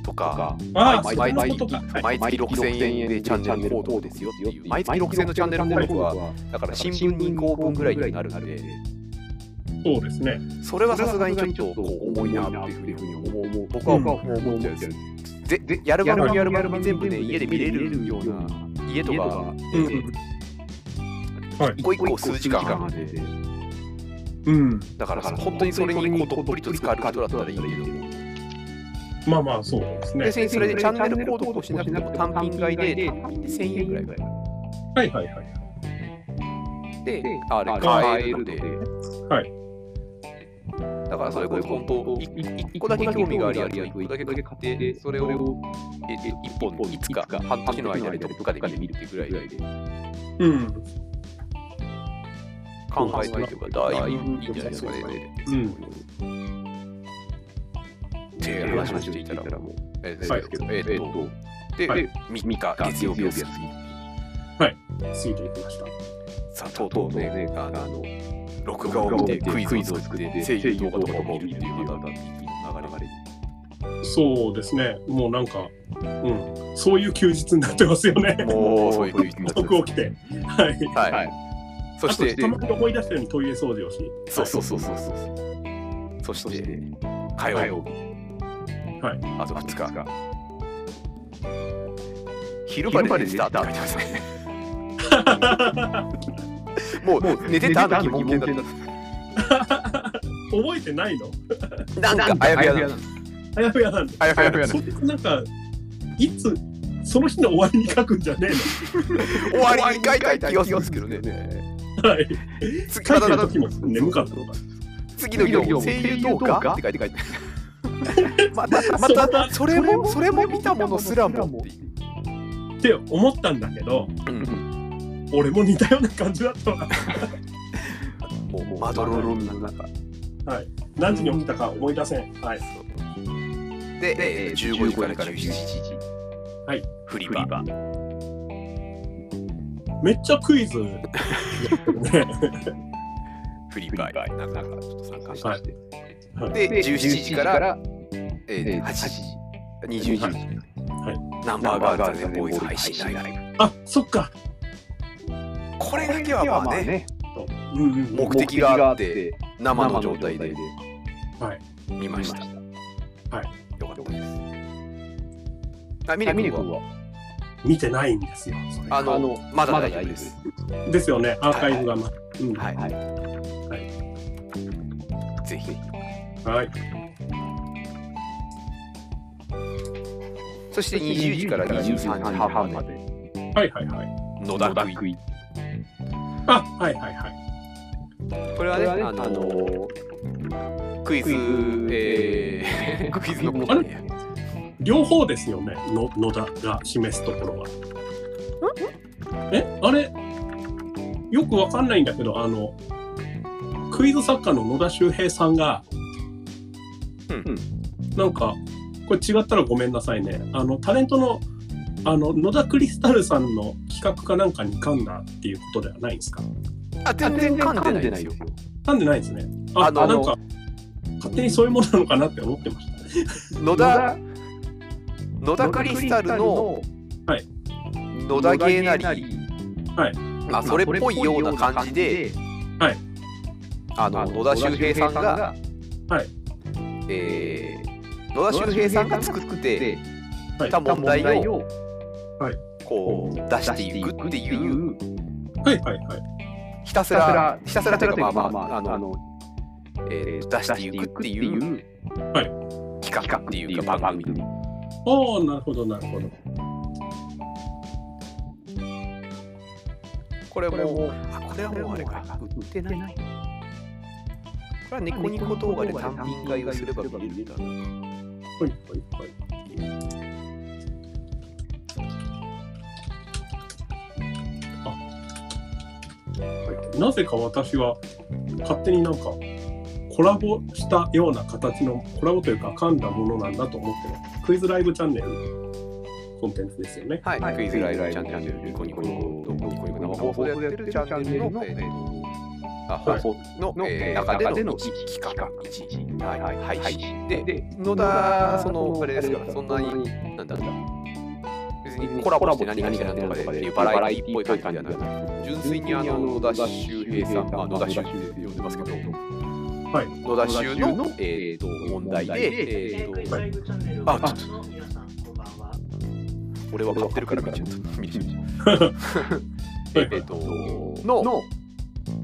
Speaker 1: とか、
Speaker 2: あ
Speaker 1: 毎
Speaker 2: あそういうことかはい
Speaker 1: 毎月6000円でチャンネル登録ですよっていう、毎月6000のチャンネル登録は、だから新聞2個分ぐらいになるんで、
Speaker 2: そうですね
Speaker 1: それはさすがにちょっとこう重いなっていうふうに思う。僕は
Speaker 2: うん
Speaker 1: もう思っちゃうやつぜぜやる番組やる番組全部ね、家で見れるような家とか、
Speaker 2: うん
Speaker 1: 一個一個数時間あって、
Speaker 2: うんうん
Speaker 1: だから本当にそれにこうどっぷりと使える人だったらいいけど、
Speaker 2: まあまあそうですね
Speaker 1: 別にそれでチャンネル登録しなくても単品買いで、単品で1000円ぐらいぐらい
Speaker 2: はいはいはい
Speaker 1: で、あれ買えるので、
Speaker 2: はい
Speaker 1: だからそれこそ本当、1個だけ興味がありやつ、1個だけ買って、それをええ一本いつか半年の間にどっかで見るってぐらいで
Speaker 2: うん
Speaker 1: 考えておけばだいぶいいんじゃないですかね。
Speaker 2: うん
Speaker 1: っていう話をしていたらもう、えっ、
Speaker 2: はい
Speaker 1: えっと、で、
Speaker 2: はい
Speaker 1: 3日月曜日です。
Speaker 2: ついていきました
Speaker 1: さあ、とうとうね、あの、録画を見てクイズを作って、声優動画とかも見るっていうまた流れが。
Speaker 2: そうですね、もうなんか、うん、そういう休日になってますよね、
Speaker 1: もう、そういうクイズになっちゃいま
Speaker 2: 僕起きて。はい、
Speaker 1: すはい。そし
Speaker 2: あ
Speaker 1: て
Speaker 2: と、、たまに思い出したようにトイレ掃除をし、
Speaker 1: そうそうそうそうそうそう。そして、火曜日。
Speaker 2: はい。
Speaker 1: あと2日。昼まで寝てたって書いてますね。もう寝てたの疑問形だっ
Speaker 2: 覚えてないの
Speaker 1: た。なんかあやふやだな。
Speaker 2: あやふやなんで、
Speaker 1: あやふやだな
Speaker 2: そなんか、いつ、その日の終わりに書くんじゃね
Speaker 1: 終わりに書いたい気がするんですけどね。
Speaker 2: えの、はい、
Speaker 1: 次
Speaker 2: 書
Speaker 1: た
Speaker 2: いてる
Speaker 1: だ
Speaker 2: 時も眠かったのか、
Speaker 1: 次の日の声優動画って書いて書いて。また、ま
Speaker 2: そうだ
Speaker 1: た、それも、それも見たものすらもっていう。
Speaker 2: って思ったんだけど、
Speaker 1: うん
Speaker 2: 俺も似たような感じだった わ、
Speaker 1: もう、もう、まどろろの中。
Speaker 2: 何時に起きたか思い出せん、はい、
Speaker 1: で、えー15時から17時。
Speaker 2: はい。
Speaker 1: フリバ。
Speaker 2: めっちゃクイズやってるね。
Speaker 1: 振り返り、なんかちょっと参加してて、
Speaker 2: はい
Speaker 1: で、
Speaker 4: で
Speaker 1: 17時から、えー、
Speaker 4: えー
Speaker 1: 8時、20時、
Speaker 2: はい
Speaker 1: ナンバーガールズボーイズ配信ライブ。
Speaker 2: あ、そっか。
Speaker 1: これだけはまあね、
Speaker 2: うんうんうん。
Speaker 1: 目的があって、生の状態で
Speaker 2: はい。
Speaker 1: 見ました。。
Speaker 2: はい
Speaker 1: よかったです。あ、ミネ
Speaker 4: ミネ
Speaker 1: 君
Speaker 4: 君
Speaker 1: は、
Speaker 4: は
Speaker 2: 見てないんですよ。それ
Speaker 1: あの、まだ大丈夫です。。
Speaker 2: ですよね。アーカイブがま。うん
Speaker 1: はい。
Speaker 4: はい
Speaker 1: ぜひ。
Speaker 2: はい。
Speaker 1: そして20時から23時半まで、
Speaker 2: はいはいはい。
Speaker 1: 野田食い。
Speaker 2: あ、はいはいはい。
Speaker 1: これはね、あのクイズ、えー、クイズのコーナーや
Speaker 2: 両方ですよね。の野田が示すところは。え、あれよくわかんないんだけど、あの、クイズ作家の野田修平さんが、
Speaker 1: うん
Speaker 2: なんか、これ違ったらごめんなさいね。あの、タレントの、あの、野田クリスタルさんの企画かなんかに噛んだっていうことではないんですか
Speaker 1: あ、 全然噛んでないですよ。
Speaker 2: 噛んでないですね。あ、
Speaker 1: あの
Speaker 2: なんか、勝手にそういうものなのかなって思ってました。
Speaker 1: 野田、野田クリスタルの、
Speaker 2: はい
Speaker 1: 野田芸なり、
Speaker 2: はい
Speaker 1: あ、それっぽいような感じで、
Speaker 2: はい
Speaker 1: あの、野田修平さんが、
Speaker 2: はい
Speaker 1: えー野田修平さんが作って
Speaker 2: はい
Speaker 1: た問題を、
Speaker 4: を
Speaker 1: こう、出していくっていう、
Speaker 4: う
Speaker 2: はいはいはい。
Speaker 1: ひたす
Speaker 4: ひたす
Speaker 1: ら
Speaker 4: ら、
Speaker 1: ひたすらというか、まあまあ、あ
Speaker 4: あ
Speaker 1: の、
Speaker 4: の
Speaker 1: えー出していくっていう企画っていうか、番組。
Speaker 2: おおなるほどなるほど。
Speaker 1: これ
Speaker 4: これ
Speaker 1: も、
Speaker 4: も
Speaker 1: あ、これはもうあれか。
Speaker 4: 売ってない
Speaker 1: これはニコニコ動画で単品買いをすれば見れるんだな。
Speaker 2: ほいほいほい。あはいなぜか私は勝手になんかコラボしたような形のコラボというか噛んだものなんだと思ってますクイズライブチャンネルのコンテンツですよね。
Speaker 1: はい、ク
Speaker 4: ク
Speaker 1: イ
Speaker 4: イ
Speaker 1: ズ
Speaker 4: ズ
Speaker 1: ラ
Speaker 4: ラ
Speaker 1: イブチ
Speaker 4: イブチ
Speaker 1: ャ
Speaker 4: ャ
Speaker 1: ンネ
Speaker 4: ンネ
Speaker 1: ル
Speaker 4: ル、
Speaker 1: ニ
Speaker 4: ニ
Speaker 1: コ
Speaker 4: コ
Speaker 1: ニ
Speaker 4: ニ
Speaker 1: コ
Speaker 4: コ
Speaker 1: ニ
Speaker 4: ニ
Speaker 1: コ
Speaker 4: コ
Speaker 1: ニコ
Speaker 4: ニコ
Speaker 1: 生
Speaker 4: 生
Speaker 1: 放
Speaker 4: 放
Speaker 1: 送
Speaker 4: 送
Speaker 1: でやっる
Speaker 4: でやっててる
Speaker 1: チ
Speaker 4: チ
Speaker 1: ャ
Speaker 4: ャ
Speaker 1: ン
Speaker 4: ン
Speaker 1: ネ
Speaker 4: ネ
Speaker 1: ルの
Speaker 4: ルの、
Speaker 1: え
Speaker 4: え
Speaker 1: ー
Speaker 4: あ
Speaker 1: 放
Speaker 4: 放
Speaker 1: 送
Speaker 4: 送
Speaker 1: の
Speaker 4: の
Speaker 1: え
Speaker 4: え
Speaker 1: ー中
Speaker 4: ー中
Speaker 1: で
Speaker 4: で
Speaker 1: の
Speaker 4: の
Speaker 1: 企画
Speaker 4: はい
Speaker 1: 配
Speaker 4: 配
Speaker 1: 信
Speaker 4: 信
Speaker 1: で、
Speaker 4: で
Speaker 1: 野田、その、あれですから、そんなに、なんだろう、別にコラボして何かして何とかでっていうバラエティっぽい感じではなく純粋にあの野田修平さん、まあ、野田修平って呼んでますけど、
Speaker 2: はい
Speaker 1: 野田修の、えー、と問題で、え
Speaker 5: えークイ
Speaker 1: ー、
Speaker 5: ズ
Speaker 1: と
Speaker 5: ライブチャンネルを
Speaker 1: あ
Speaker 5: ご覧の皆さん、こんばんは。
Speaker 1: 俺は買ってるから見ちゃった。見ちゃった
Speaker 2: は
Speaker 1: え
Speaker 2: い
Speaker 1: ー、との
Speaker 2: は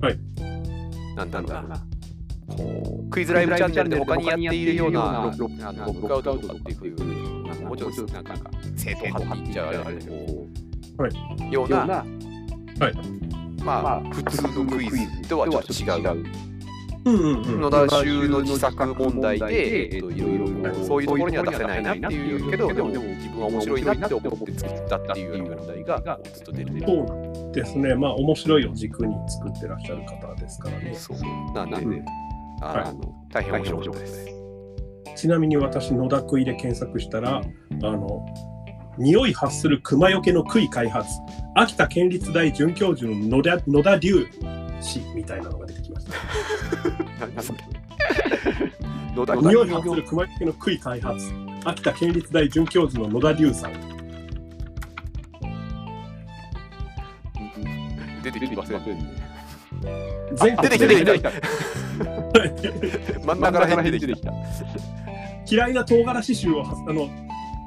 Speaker 2: い
Speaker 1: なんだろうな
Speaker 4: こう
Speaker 1: クイズライブチャンネルで他にやっているようなあのロックアウトとかっていうなんかもうちょっとなんか正統派って言っちゃうあれだけど、
Speaker 2: は
Speaker 1: よう
Speaker 4: よう
Speaker 1: な
Speaker 4: な、
Speaker 1: まあ、
Speaker 4: まあ
Speaker 1: 普通のクイズとはちょっと違う
Speaker 2: うんうんうん。
Speaker 1: 野田修の自作問題で、えっといろいろこうそういうところには出せないなっていうけどでもでも自分は面白いなって思って作ったっていうような問題がこうずっと出てる。
Speaker 2: そうですね。まあ面白いを軸に作ってらっしゃる方ですからね。
Speaker 1: そうなんで、
Speaker 2: うん
Speaker 1: あの大変面
Speaker 4: 大変
Speaker 1: 白かっ
Speaker 4: 面白
Speaker 1: た
Speaker 4: か
Speaker 1: で
Speaker 4: った
Speaker 1: す。
Speaker 2: ちなみに私野田杭で検索したらあの匂い発する熊よけの杭開発秋田県立大准教授の野田野田龍氏みたいなのが出てきました
Speaker 1: 何それ 野田
Speaker 2: 匂い発する熊よけの杭開発秋田県立大准教授の野田龍さん
Speaker 1: 出てきてません。
Speaker 2: 全
Speaker 1: 出
Speaker 2: 国
Speaker 1: てき
Speaker 2: で
Speaker 1: た出てきた。真ん中ら辺に出てきた。
Speaker 2: 嫌いな唐辛子臭を発あの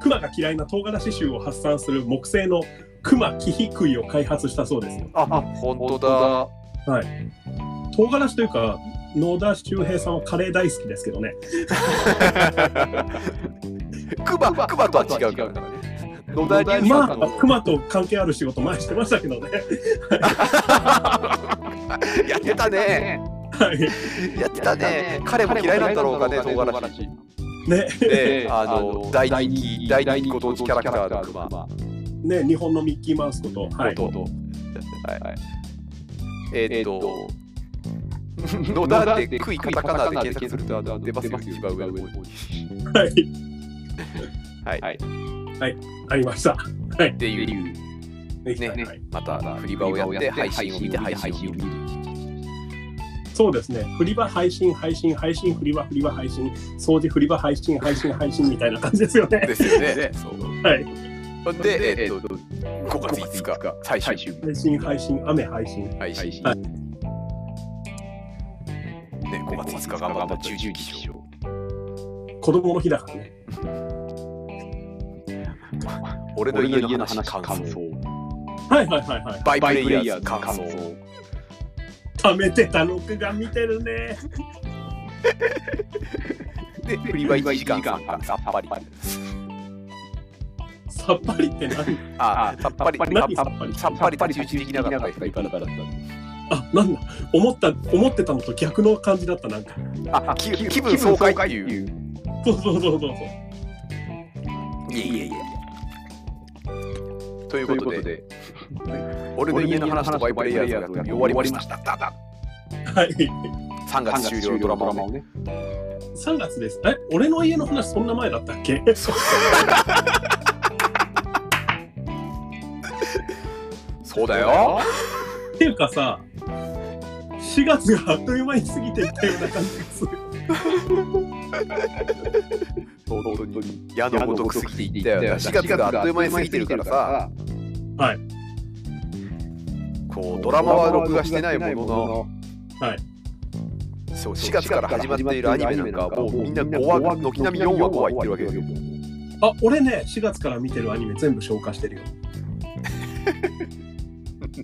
Speaker 2: 熊が嫌いな唐辛子臭を発散する木製の熊キヒクイを開発したそうですよ
Speaker 1: あ、本当だ。
Speaker 2: 唐辛子というか野田周平さんはカレー大好きですけどね
Speaker 1: クバクバとは違うからね。野田龍
Speaker 2: ま
Speaker 1: さん
Speaker 2: あ
Speaker 1: の、
Speaker 2: 熊と関係ある仕事前してましたけどね。
Speaker 1: やってたね。
Speaker 2: はい。
Speaker 1: やってたね。彼も嫌いなんだろうかね、唐辛子。
Speaker 2: ね、
Speaker 1: で、あの、大人気、大人気ご当地キャラクターのクマ。
Speaker 2: ね、日本のミッキーマウスこと、はい。
Speaker 1: えーっと、野田ってクイカタカナで検索するとあの出ますよ、一番上の方に。
Speaker 2: はい。
Speaker 1: はい。
Speaker 2: ありました。はい
Speaker 1: っ。ていう、
Speaker 2: できた
Speaker 1: ね
Speaker 2: はい
Speaker 1: また振り場をやって、配信を見て、配信を見て。
Speaker 2: そうですね。振り場配信、配信、配信、振り場、振り場配信、掃除、振り場配信、配信、配信みたいな感じです よね。
Speaker 1: ですよね。そう
Speaker 2: はい。
Speaker 1: で、えっと、5月5日、最終日。
Speaker 2: 配信、配信、雨、配信。
Speaker 1: 配信。
Speaker 2: は
Speaker 1: ね、5月5日頑張った中重起床。
Speaker 2: 子供の日だからね。
Speaker 1: 俺の
Speaker 3: 俺の
Speaker 1: 家
Speaker 3: 家の
Speaker 1: の話
Speaker 3: 話、
Speaker 1: 感
Speaker 3: 感
Speaker 1: 想。
Speaker 3: 想。
Speaker 2: はいはいはいはい。
Speaker 1: バイ
Speaker 3: バ
Speaker 1: プ
Speaker 3: イプ
Speaker 1: レ
Speaker 3: レ
Speaker 1: イ
Speaker 3: イ
Speaker 1: ヤ
Speaker 3: ヤ
Speaker 1: ー
Speaker 3: ー
Speaker 1: 感
Speaker 3: 感
Speaker 1: 想
Speaker 3: 想。
Speaker 2: 貯めてた録画見てるね。
Speaker 1: で、フリバイ1時間さっぱり。
Speaker 2: さっぱりって何
Speaker 1: あ、さっぱり。
Speaker 2: 何さっぱり
Speaker 1: さっぱり中止できなかったですからだ
Speaker 2: あ、なんだ。思った、思ってたのと逆の感じだった、なんか。
Speaker 1: あ、気気分爽快っていう。
Speaker 2: そうそうそうそう。そう
Speaker 1: いえいえいえ。ということで、俺の家の話とバイプレイヤーズが見終わりました。だだ
Speaker 2: はい。
Speaker 1: 3月終了ドラマをね。
Speaker 3: ね。
Speaker 2: 3月です。え、俺の家の話そんな前だったっけ
Speaker 1: そうだよ。
Speaker 2: っていうかさ4月があっという間に過ぎていったような感じがする
Speaker 1: 本当に。矢のごとく過ぎていったよ。4月があっという間に過ぎてるからさ。
Speaker 2: はい。
Speaker 1: こう、ド
Speaker 3: ド
Speaker 1: ラ
Speaker 3: ラ
Speaker 1: マ
Speaker 3: マ
Speaker 1: は
Speaker 3: は
Speaker 1: 録
Speaker 3: 録
Speaker 1: 画
Speaker 3: 画
Speaker 1: し
Speaker 3: してて
Speaker 1: な
Speaker 3: ないい
Speaker 1: も
Speaker 3: もの
Speaker 1: のの、
Speaker 3: の、
Speaker 1: そう、4
Speaker 3: 4
Speaker 1: 月
Speaker 3: 月
Speaker 1: か
Speaker 3: からら
Speaker 1: 始
Speaker 3: 始
Speaker 1: ま
Speaker 3: まってて
Speaker 1: っい
Speaker 3: い
Speaker 1: る
Speaker 3: る
Speaker 1: ア
Speaker 3: ア
Speaker 1: ニ
Speaker 3: ニ
Speaker 1: メ
Speaker 3: メ
Speaker 1: な
Speaker 3: なんん
Speaker 1: か
Speaker 3: か
Speaker 1: は
Speaker 3: は
Speaker 1: も
Speaker 3: もう
Speaker 1: うみ
Speaker 3: み
Speaker 1: ん
Speaker 3: ん
Speaker 1: な
Speaker 3: な
Speaker 1: 5
Speaker 3: 5話、
Speaker 1: 話、軒
Speaker 3: 軒
Speaker 1: 並
Speaker 3: 並み
Speaker 1: み4
Speaker 3: 4話、5
Speaker 1: 話、5話
Speaker 3: 話い
Speaker 1: いっ
Speaker 3: っててるわけ
Speaker 1: るわけ
Speaker 3: で
Speaker 1: で
Speaker 3: すす
Speaker 1: よ
Speaker 3: よ。。
Speaker 2: あ俺ね4月から見てるアニメ全部紹介してるよ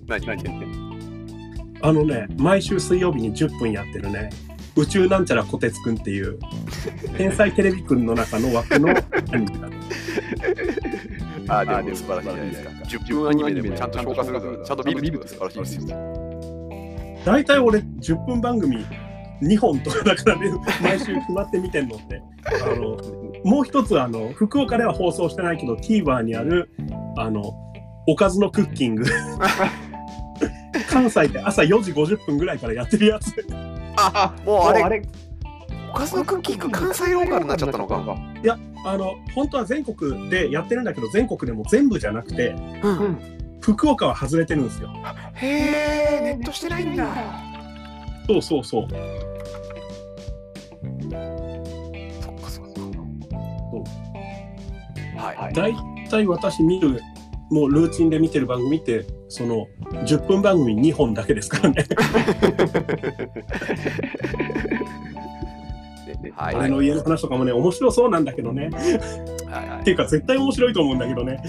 Speaker 1: 何何
Speaker 2: あのね毎週水曜日に10分やってるね「宇宙なんちゃらこてつくん」っていう天才テレビくんの中の枠のアニメだ
Speaker 1: あー、でも素晴らしいじゃないですか。10分アニメでもちゃんと消化するから、ちゃんと見るって素晴らしいですよ。
Speaker 2: 大体俺10分番組2本とかだから ね毎週決まって見てんのってあのもう一つあの福岡では放送してないけど TVer にあるあのおかずのクッキン グ関西で朝4時50分ぐらいからやってるやつい
Speaker 1: あ、もうあれ、
Speaker 3: れ、
Speaker 1: おかずのクッキング関西ローカルになっちゃったのか。
Speaker 2: やあの本当は全国でやってるんだけど全国でも全部じゃなくて福岡は外れてるんですよ
Speaker 1: へえ、ネットしてないんだ。
Speaker 2: そうそうそう
Speaker 1: そっかそっか。はい。
Speaker 2: 大体私見るもうルーチンで見てる番組ってその10分番組2本だけですからね
Speaker 1: はい。
Speaker 2: 俺の家の話とかもね面白そうなんだけどねっていうか絶対面白いと思うんだけどね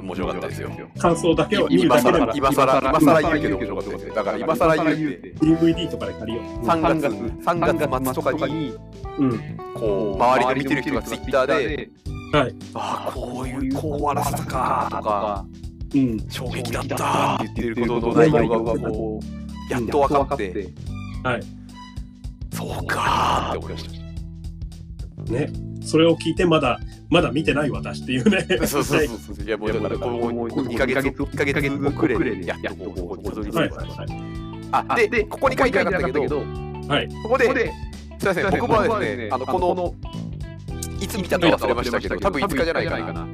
Speaker 1: 面白かったですよ。
Speaker 2: 感想だけを見る
Speaker 1: 今
Speaker 2: だけ
Speaker 1: さ
Speaker 2: で
Speaker 1: ら
Speaker 2: も、
Speaker 1: 今さら、今さら言うけど面白かったですよ。だから今さら言うって、
Speaker 2: DVD とかで借りよう
Speaker 1: 3月、3月末とかに、
Speaker 2: うん
Speaker 1: こう、周りの見てる人がツイッターで、
Speaker 2: はい
Speaker 1: ああ、こういう、こう終わらせたかとか、
Speaker 2: うん
Speaker 1: 衝撃だったって言ってることの内容が、こう、やっと分かって、
Speaker 2: はい
Speaker 1: そうかーって思いました。
Speaker 2: ねそれを聞いてまだまだ見てない私っていうね
Speaker 1: そうそうそうそう。いや、もうだから、この2ヶ月、1ヶ月遅れで、やっとこう、ここにたどり着
Speaker 2: はいい
Speaker 1: ま
Speaker 2: はい
Speaker 1: した
Speaker 2: は。い
Speaker 1: あ、で、でここに書いてなかったけど、
Speaker 2: はい
Speaker 1: ここで、すいません、僕はですね、あの、この、いつ見たか忘れましたけど、多分5日じゃないかな。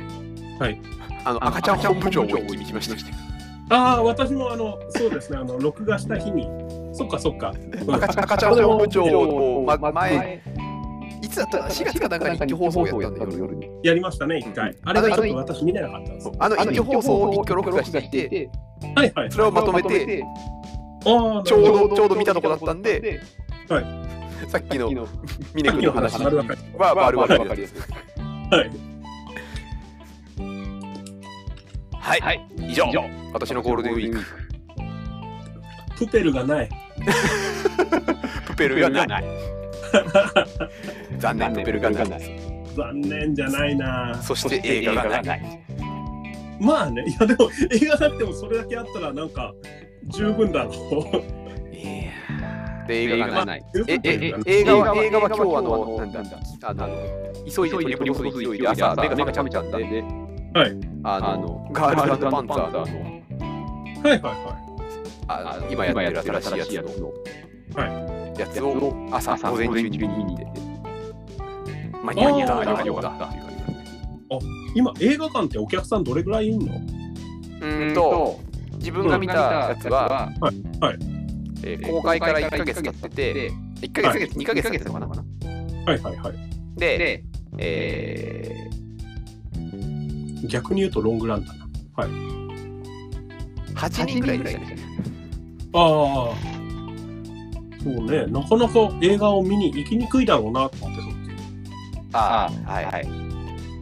Speaker 2: はい。
Speaker 1: あの、赤ちゃん本部長を一気に来ました。
Speaker 2: ああ私もあのそうですねあの録画した日にそっかそっか、うん
Speaker 1: 赤ちゃん赤ちゃん本部長を、ま、前、いつだったかな、4月かなんかに一挙放送やったんだよ、夜に。
Speaker 2: やりましたね一回、あれがちょっと私見れなかったんです
Speaker 1: あの、一挙放送を一挙録画していて、
Speaker 2: はいはい
Speaker 1: それをまとめて、
Speaker 2: ああ
Speaker 1: ちょうど、ちょうど見たとこだったんで、
Speaker 2: は
Speaker 1: さっきの
Speaker 3: の
Speaker 1: 峰君の話
Speaker 2: なるわか
Speaker 1: は、まあ、あるわ
Speaker 3: わか
Speaker 1: け
Speaker 3: り
Speaker 1: で
Speaker 3: や
Speaker 1: す
Speaker 3: すい。
Speaker 2: はい
Speaker 1: はい、以上、私のゴールデンウィーク、
Speaker 2: プペルがない
Speaker 1: プペルがない。残念、プペルがない。
Speaker 2: 残念じゃないな
Speaker 1: そして映画がない。
Speaker 2: まあねいやでも映画なくてもそれだけあったらなんか十分だろう
Speaker 1: で、映画がない。
Speaker 3: ない。
Speaker 1: え、え、え、映画は、映画は今日、あの、なんだ、あの、急いで取り戻す勢いで、朝、目が目が覚めちゃったんで、
Speaker 2: はい
Speaker 1: あの、ガールズパンツァーの、
Speaker 2: はいはいは
Speaker 1: あの今やってる新しいやつの、やつを朝午前中に見に行って、間に合った、よかったっていう感じですね。
Speaker 2: い今映画館ってお客さんどれぐらいいんの
Speaker 1: うーんと、自分が見たやつは、
Speaker 2: はいはい
Speaker 1: えー
Speaker 4: 公
Speaker 1: 公
Speaker 4: 開
Speaker 1: 開
Speaker 4: か
Speaker 1: からら1
Speaker 4: 1
Speaker 1: ヶ
Speaker 4: ヶ月
Speaker 1: 月経
Speaker 4: 経っ
Speaker 1: ってて
Speaker 4: て
Speaker 1: て、、
Speaker 4: 1ヶ月、2ヶ月経ってたのかな
Speaker 2: はいはいはい。
Speaker 1: で、
Speaker 4: で、
Speaker 1: え
Speaker 2: 逆に言うとロングランだな。
Speaker 1: ー、8
Speaker 4: 8
Speaker 1: 人
Speaker 4: 人
Speaker 1: ぐ
Speaker 4: ぐ
Speaker 1: ら
Speaker 4: ら
Speaker 1: い
Speaker 4: い
Speaker 1: でし
Speaker 4: でしたた
Speaker 1: ね。
Speaker 4: ね。
Speaker 2: ああ。そうね、なかなか映画を見に行きにくいだろうなと思って、そっ
Speaker 1: あ
Speaker 4: あ
Speaker 1: あ、
Speaker 4: あ
Speaker 1: はい
Speaker 4: は
Speaker 1: はいい。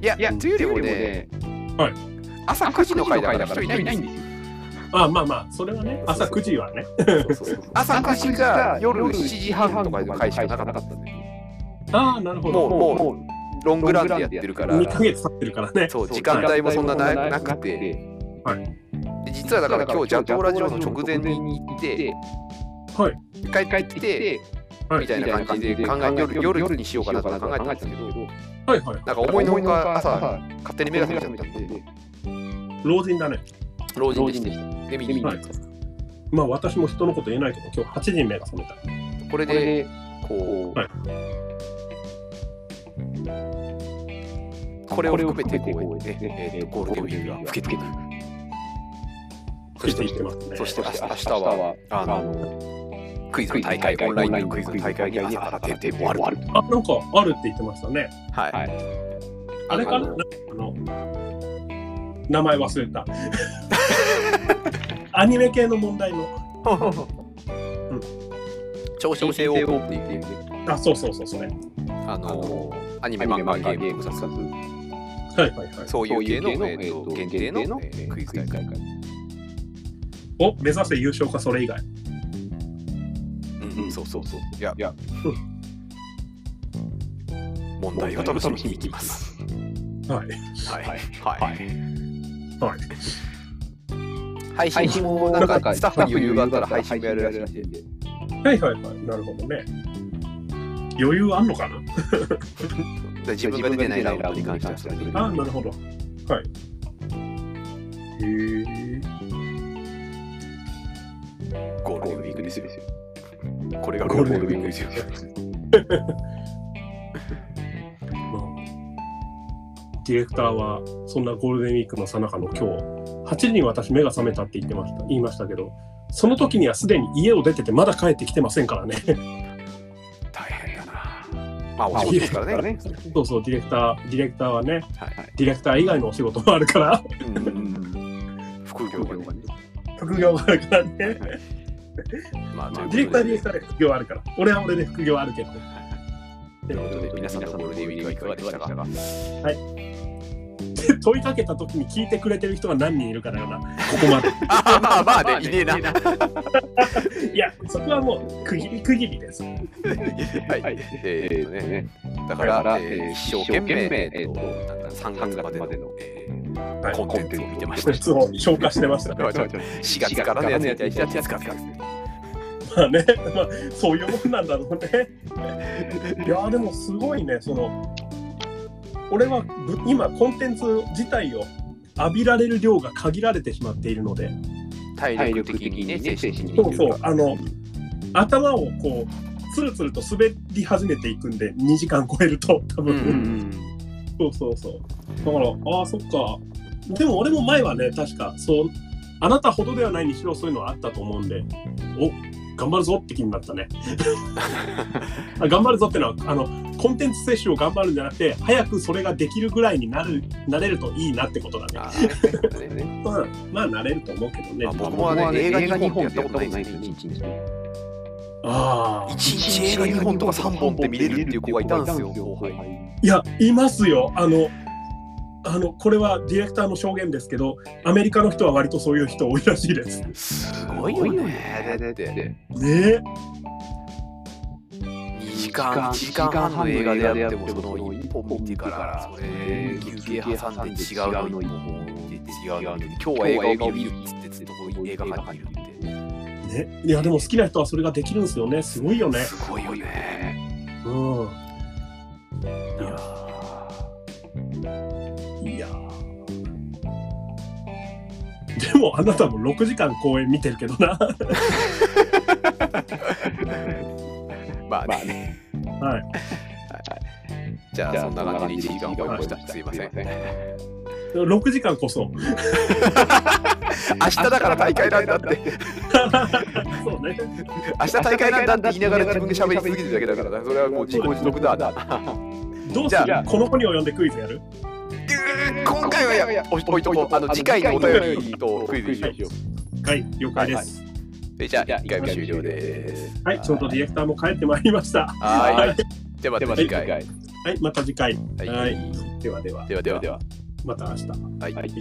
Speaker 1: いや、
Speaker 4: いや、
Speaker 1: というよりも
Speaker 4: というよ
Speaker 1: ね、
Speaker 2: はい
Speaker 1: 朝
Speaker 4: 9
Speaker 1: 9
Speaker 4: 時
Speaker 1: 時
Speaker 4: の
Speaker 1: の
Speaker 4: 回
Speaker 1: 回
Speaker 4: だ
Speaker 1: だ
Speaker 4: か
Speaker 1: からら
Speaker 4: 人
Speaker 1: 人
Speaker 4: い
Speaker 1: い
Speaker 4: な
Speaker 1: ないい
Speaker 4: ん
Speaker 1: んですす
Speaker 4: でよ
Speaker 1: よ。。
Speaker 2: ああ、まあまあ、それはね、朝9時はね。
Speaker 3: そうそうそう
Speaker 1: 朝9時が夜7時半とかで開始がなかったんで、
Speaker 2: ああ、なるほ
Speaker 1: も
Speaker 2: ど。
Speaker 1: う、もう、ロングランでやってるから
Speaker 2: 2、ヶ月経ってるからね。
Speaker 1: そう、時間帯もそんなななくて、で実はだから今日、ジャンボラジオの直前に行って、
Speaker 2: はい。
Speaker 1: 帰ってきて、
Speaker 2: はい
Speaker 1: みたいな感じで考え夜夜にしようかなとか考えてたんですけど、
Speaker 2: はいはい。
Speaker 1: なんか思いのほか朝、勝手に目が覚めちゃって、
Speaker 2: 老人だね。
Speaker 1: 老人でした。で、見に行った
Speaker 2: はい。まあ、私も人のこと言えないけど、今日8時に目が覚めた。
Speaker 1: これで、こ、
Speaker 2: はいう
Speaker 1: これを含めて、こう、ね、えーとゴールデンウィークが更けていく。そ
Speaker 2: つ
Speaker 1: して
Speaker 2: いてきてますね。
Speaker 1: そして明日明
Speaker 3: 明
Speaker 1: 日
Speaker 3: 日
Speaker 1: は
Speaker 3: は、
Speaker 1: あ
Speaker 3: あ
Speaker 1: の
Speaker 3: の、
Speaker 1: クイズの大会、オンラインのクイズの大会に朝
Speaker 3: 朝
Speaker 1: 出
Speaker 3: 出て
Speaker 1: て終
Speaker 3: 終
Speaker 1: わ
Speaker 3: わ
Speaker 1: る
Speaker 3: る。
Speaker 2: あ、なんかあるって言ってましたね。
Speaker 1: はい。
Speaker 2: あれかな
Speaker 1: あの
Speaker 2: あの、名前忘 れた。アニメ系の問題の。
Speaker 1: 超新星王国っていうね、
Speaker 2: あ、そうそうそう、それ。はい
Speaker 1: あの、アニメ、漫画、ゲーム、特撮、
Speaker 2: はいはい。
Speaker 1: そう
Speaker 3: そうい
Speaker 1: い
Speaker 3: 系
Speaker 1: うう系
Speaker 3: の
Speaker 1: の、
Speaker 3: えー
Speaker 1: えー
Speaker 3: と
Speaker 1: と、
Speaker 3: 限定
Speaker 1: 限定
Speaker 3: の
Speaker 1: の
Speaker 3: え
Speaker 1: え
Speaker 3: ー
Speaker 1: ー
Speaker 3: ク
Speaker 1: ク
Speaker 3: イ
Speaker 1: イ
Speaker 3: ズ
Speaker 1: ズ
Speaker 3: 大
Speaker 1: 大
Speaker 3: 会
Speaker 1: 会。
Speaker 2: おお、目指せ優勝か、それ以外。
Speaker 1: うんうん、そうそうそう。いや、
Speaker 2: う
Speaker 1: 問題を楽しみに行き ます。
Speaker 2: はい。
Speaker 1: はい。
Speaker 3: はい
Speaker 1: はい。
Speaker 2: はい。
Speaker 1: 配信 も、なんか、スタッフに余裕があったら配信もやるらしいんで。
Speaker 2: はいはいはい。なるほどね。余裕あんのかな
Speaker 1: で自分が出てないラウンドに関してはそれで
Speaker 2: あ、なるほど。はい。へえ。
Speaker 1: ゴールデンウィークですよ。これがゴールデンウィークですよ。
Speaker 2: まあ、ディレクターはそんなゴールデンウィークの最中の今日8時に私目が覚めたって言ってました言いましたけどその時にはすでに家を出ててまだ帰ってきてませんからね
Speaker 1: 大変だな。まあ、お仕事ですからね。
Speaker 2: そうそうディレクターディレクターはね
Speaker 1: はい。
Speaker 2: ディレクター以外のお仕事もあるから
Speaker 1: うんうんうん副業がね。
Speaker 2: 副業があるからね
Speaker 1: まあ、と
Speaker 2: デ
Speaker 1: いう
Speaker 2: ィレク
Speaker 1: こ
Speaker 2: ター
Speaker 1: と
Speaker 2: ディレクタ
Speaker 1: で
Speaker 2: ーで副業あるから俺は俺で副業あるけど
Speaker 1: ということで、皆さんのゴールデンウィークはいかがでしたか
Speaker 2: で問いかけた時に聞いてくれてる人が何人いるかだよなここまで
Speaker 1: ああ、まあまあね、いねえな。
Speaker 2: いやそこはもう区切り区切りです
Speaker 1: はい。
Speaker 3: はい
Speaker 1: えー、とね、
Speaker 3: だ
Speaker 1: だか、
Speaker 3: からら
Speaker 1: えー
Speaker 3: えー
Speaker 1: 一生
Speaker 3: 一
Speaker 1: 懸命、
Speaker 3: 生懸命
Speaker 1: えーと、3月までの、えー
Speaker 2: はい
Speaker 1: コンテンツを見てまし
Speaker 2: そ
Speaker 1: た。
Speaker 2: いつを消化してましたね
Speaker 1: 4月からのやつやりたい、4月からのや
Speaker 2: まあね、まあ、そういうもんなんだろう ね。いやでもすごいねその俺はぶ今コンテンツ自体を浴びられる量が限られてしまっているので
Speaker 1: つ体力的にね、精神的に
Speaker 2: そ
Speaker 1: と
Speaker 2: う
Speaker 1: い
Speaker 2: そうう
Speaker 1: か。
Speaker 2: あの頭をこうつるつると滑り始めていくんで2時間超えると
Speaker 1: う
Speaker 2: 多
Speaker 1: ん
Speaker 2: 分、
Speaker 1: うんうん
Speaker 2: そうそうそうだからああそっかでも俺も前はね確かそうあなたほどではないにしろそういうのはあったと思うんでお頑張るぞって気になっ たねあ頑張るぞってのはあのコンテンツ摂取を頑張るんじゃなくて早くそれができるぐらいになるなれるといいなってことだね
Speaker 1: あーね
Speaker 2: うんまあなれると思うけどね
Speaker 1: まあ僕
Speaker 3: 僕
Speaker 1: も
Speaker 3: は
Speaker 1: ね、
Speaker 3: ね、
Speaker 1: 映
Speaker 3: 映画
Speaker 1: 画
Speaker 3: 2
Speaker 1: 2
Speaker 3: 本
Speaker 1: 本
Speaker 3: や
Speaker 1: っ
Speaker 3: ってたこと
Speaker 1: やったこ
Speaker 3: な
Speaker 1: と
Speaker 3: いん
Speaker 1: ない
Speaker 3: で
Speaker 1: んです
Speaker 3: よ
Speaker 1: すよ
Speaker 3: ね1日
Speaker 1: ね。、
Speaker 3: ね。
Speaker 2: ああ
Speaker 1: 1日映画2本とか3本って見れるっていう子がいたんですよ、後輩。
Speaker 2: いやいますよあのあのこれはディレクターの証言ですけどアメリカの人は割とそういう人多いらしいです
Speaker 1: すごいよね。だって、
Speaker 2: ねえ
Speaker 1: 2時間、1時間半の映画であっても、その1本見てから、それ、休憩挟んで違うのに、見て違うのに、今日は映画を見るっつって、ずっとこう映画館にいるって。
Speaker 2: ね、いやでも好きな人はそれができるんですよねすごいよね
Speaker 1: すごいよね。
Speaker 2: うん
Speaker 1: いや
Speaker 2: いやでもあなたも6時間公演見てるけどな
Speaker 1: ー まあね。
Speaker 2: はい
Speaker 1: じゃあ、そんな感じで1時間を超えました。す
Speaker 3: す
Speaker 1: い
Speaker 3: い
Speaker 1: ま
Speaker 3: ま
Speaker 1: せ
Speaker 3: せん。。
Speaker 1: ん
Speaker 2: 6時間こ
Speaker 1: 明
Speaker 2: そ
Speaker 1: 日だから大会なんだって。
Speaker 2: そううね。
Speaker 1: 明日大会なんだって言いながら自分で喋り続けてるだけだからなそれはもう自己自得だな
Speaker 2: どうす
Speaker 1: じ
Speaker 2: る
Speaker 1: ゃ
Speaker 2: この子に及んでクイズやる
Speaker 1: 今回はやおいとこうあの次回のお便りとクイズにしよう
Speaker 2: はい、了解です。
Speaker 1: でじゃあ1回目終了です
Speaker 2: はい、ちょうどディレクターも帰ってまいりました。は
Speaker 1: はい
Speaker 2: い、
Speaker 1: ではでは次回はい
Speaker 2: はい、また次回。
Speaker 1: で
Speaker 2: はい、ではでは、
Speaker 1: はではでは
Speaker 2: また明日。
Speaker 1: はい
Speaker 2: はい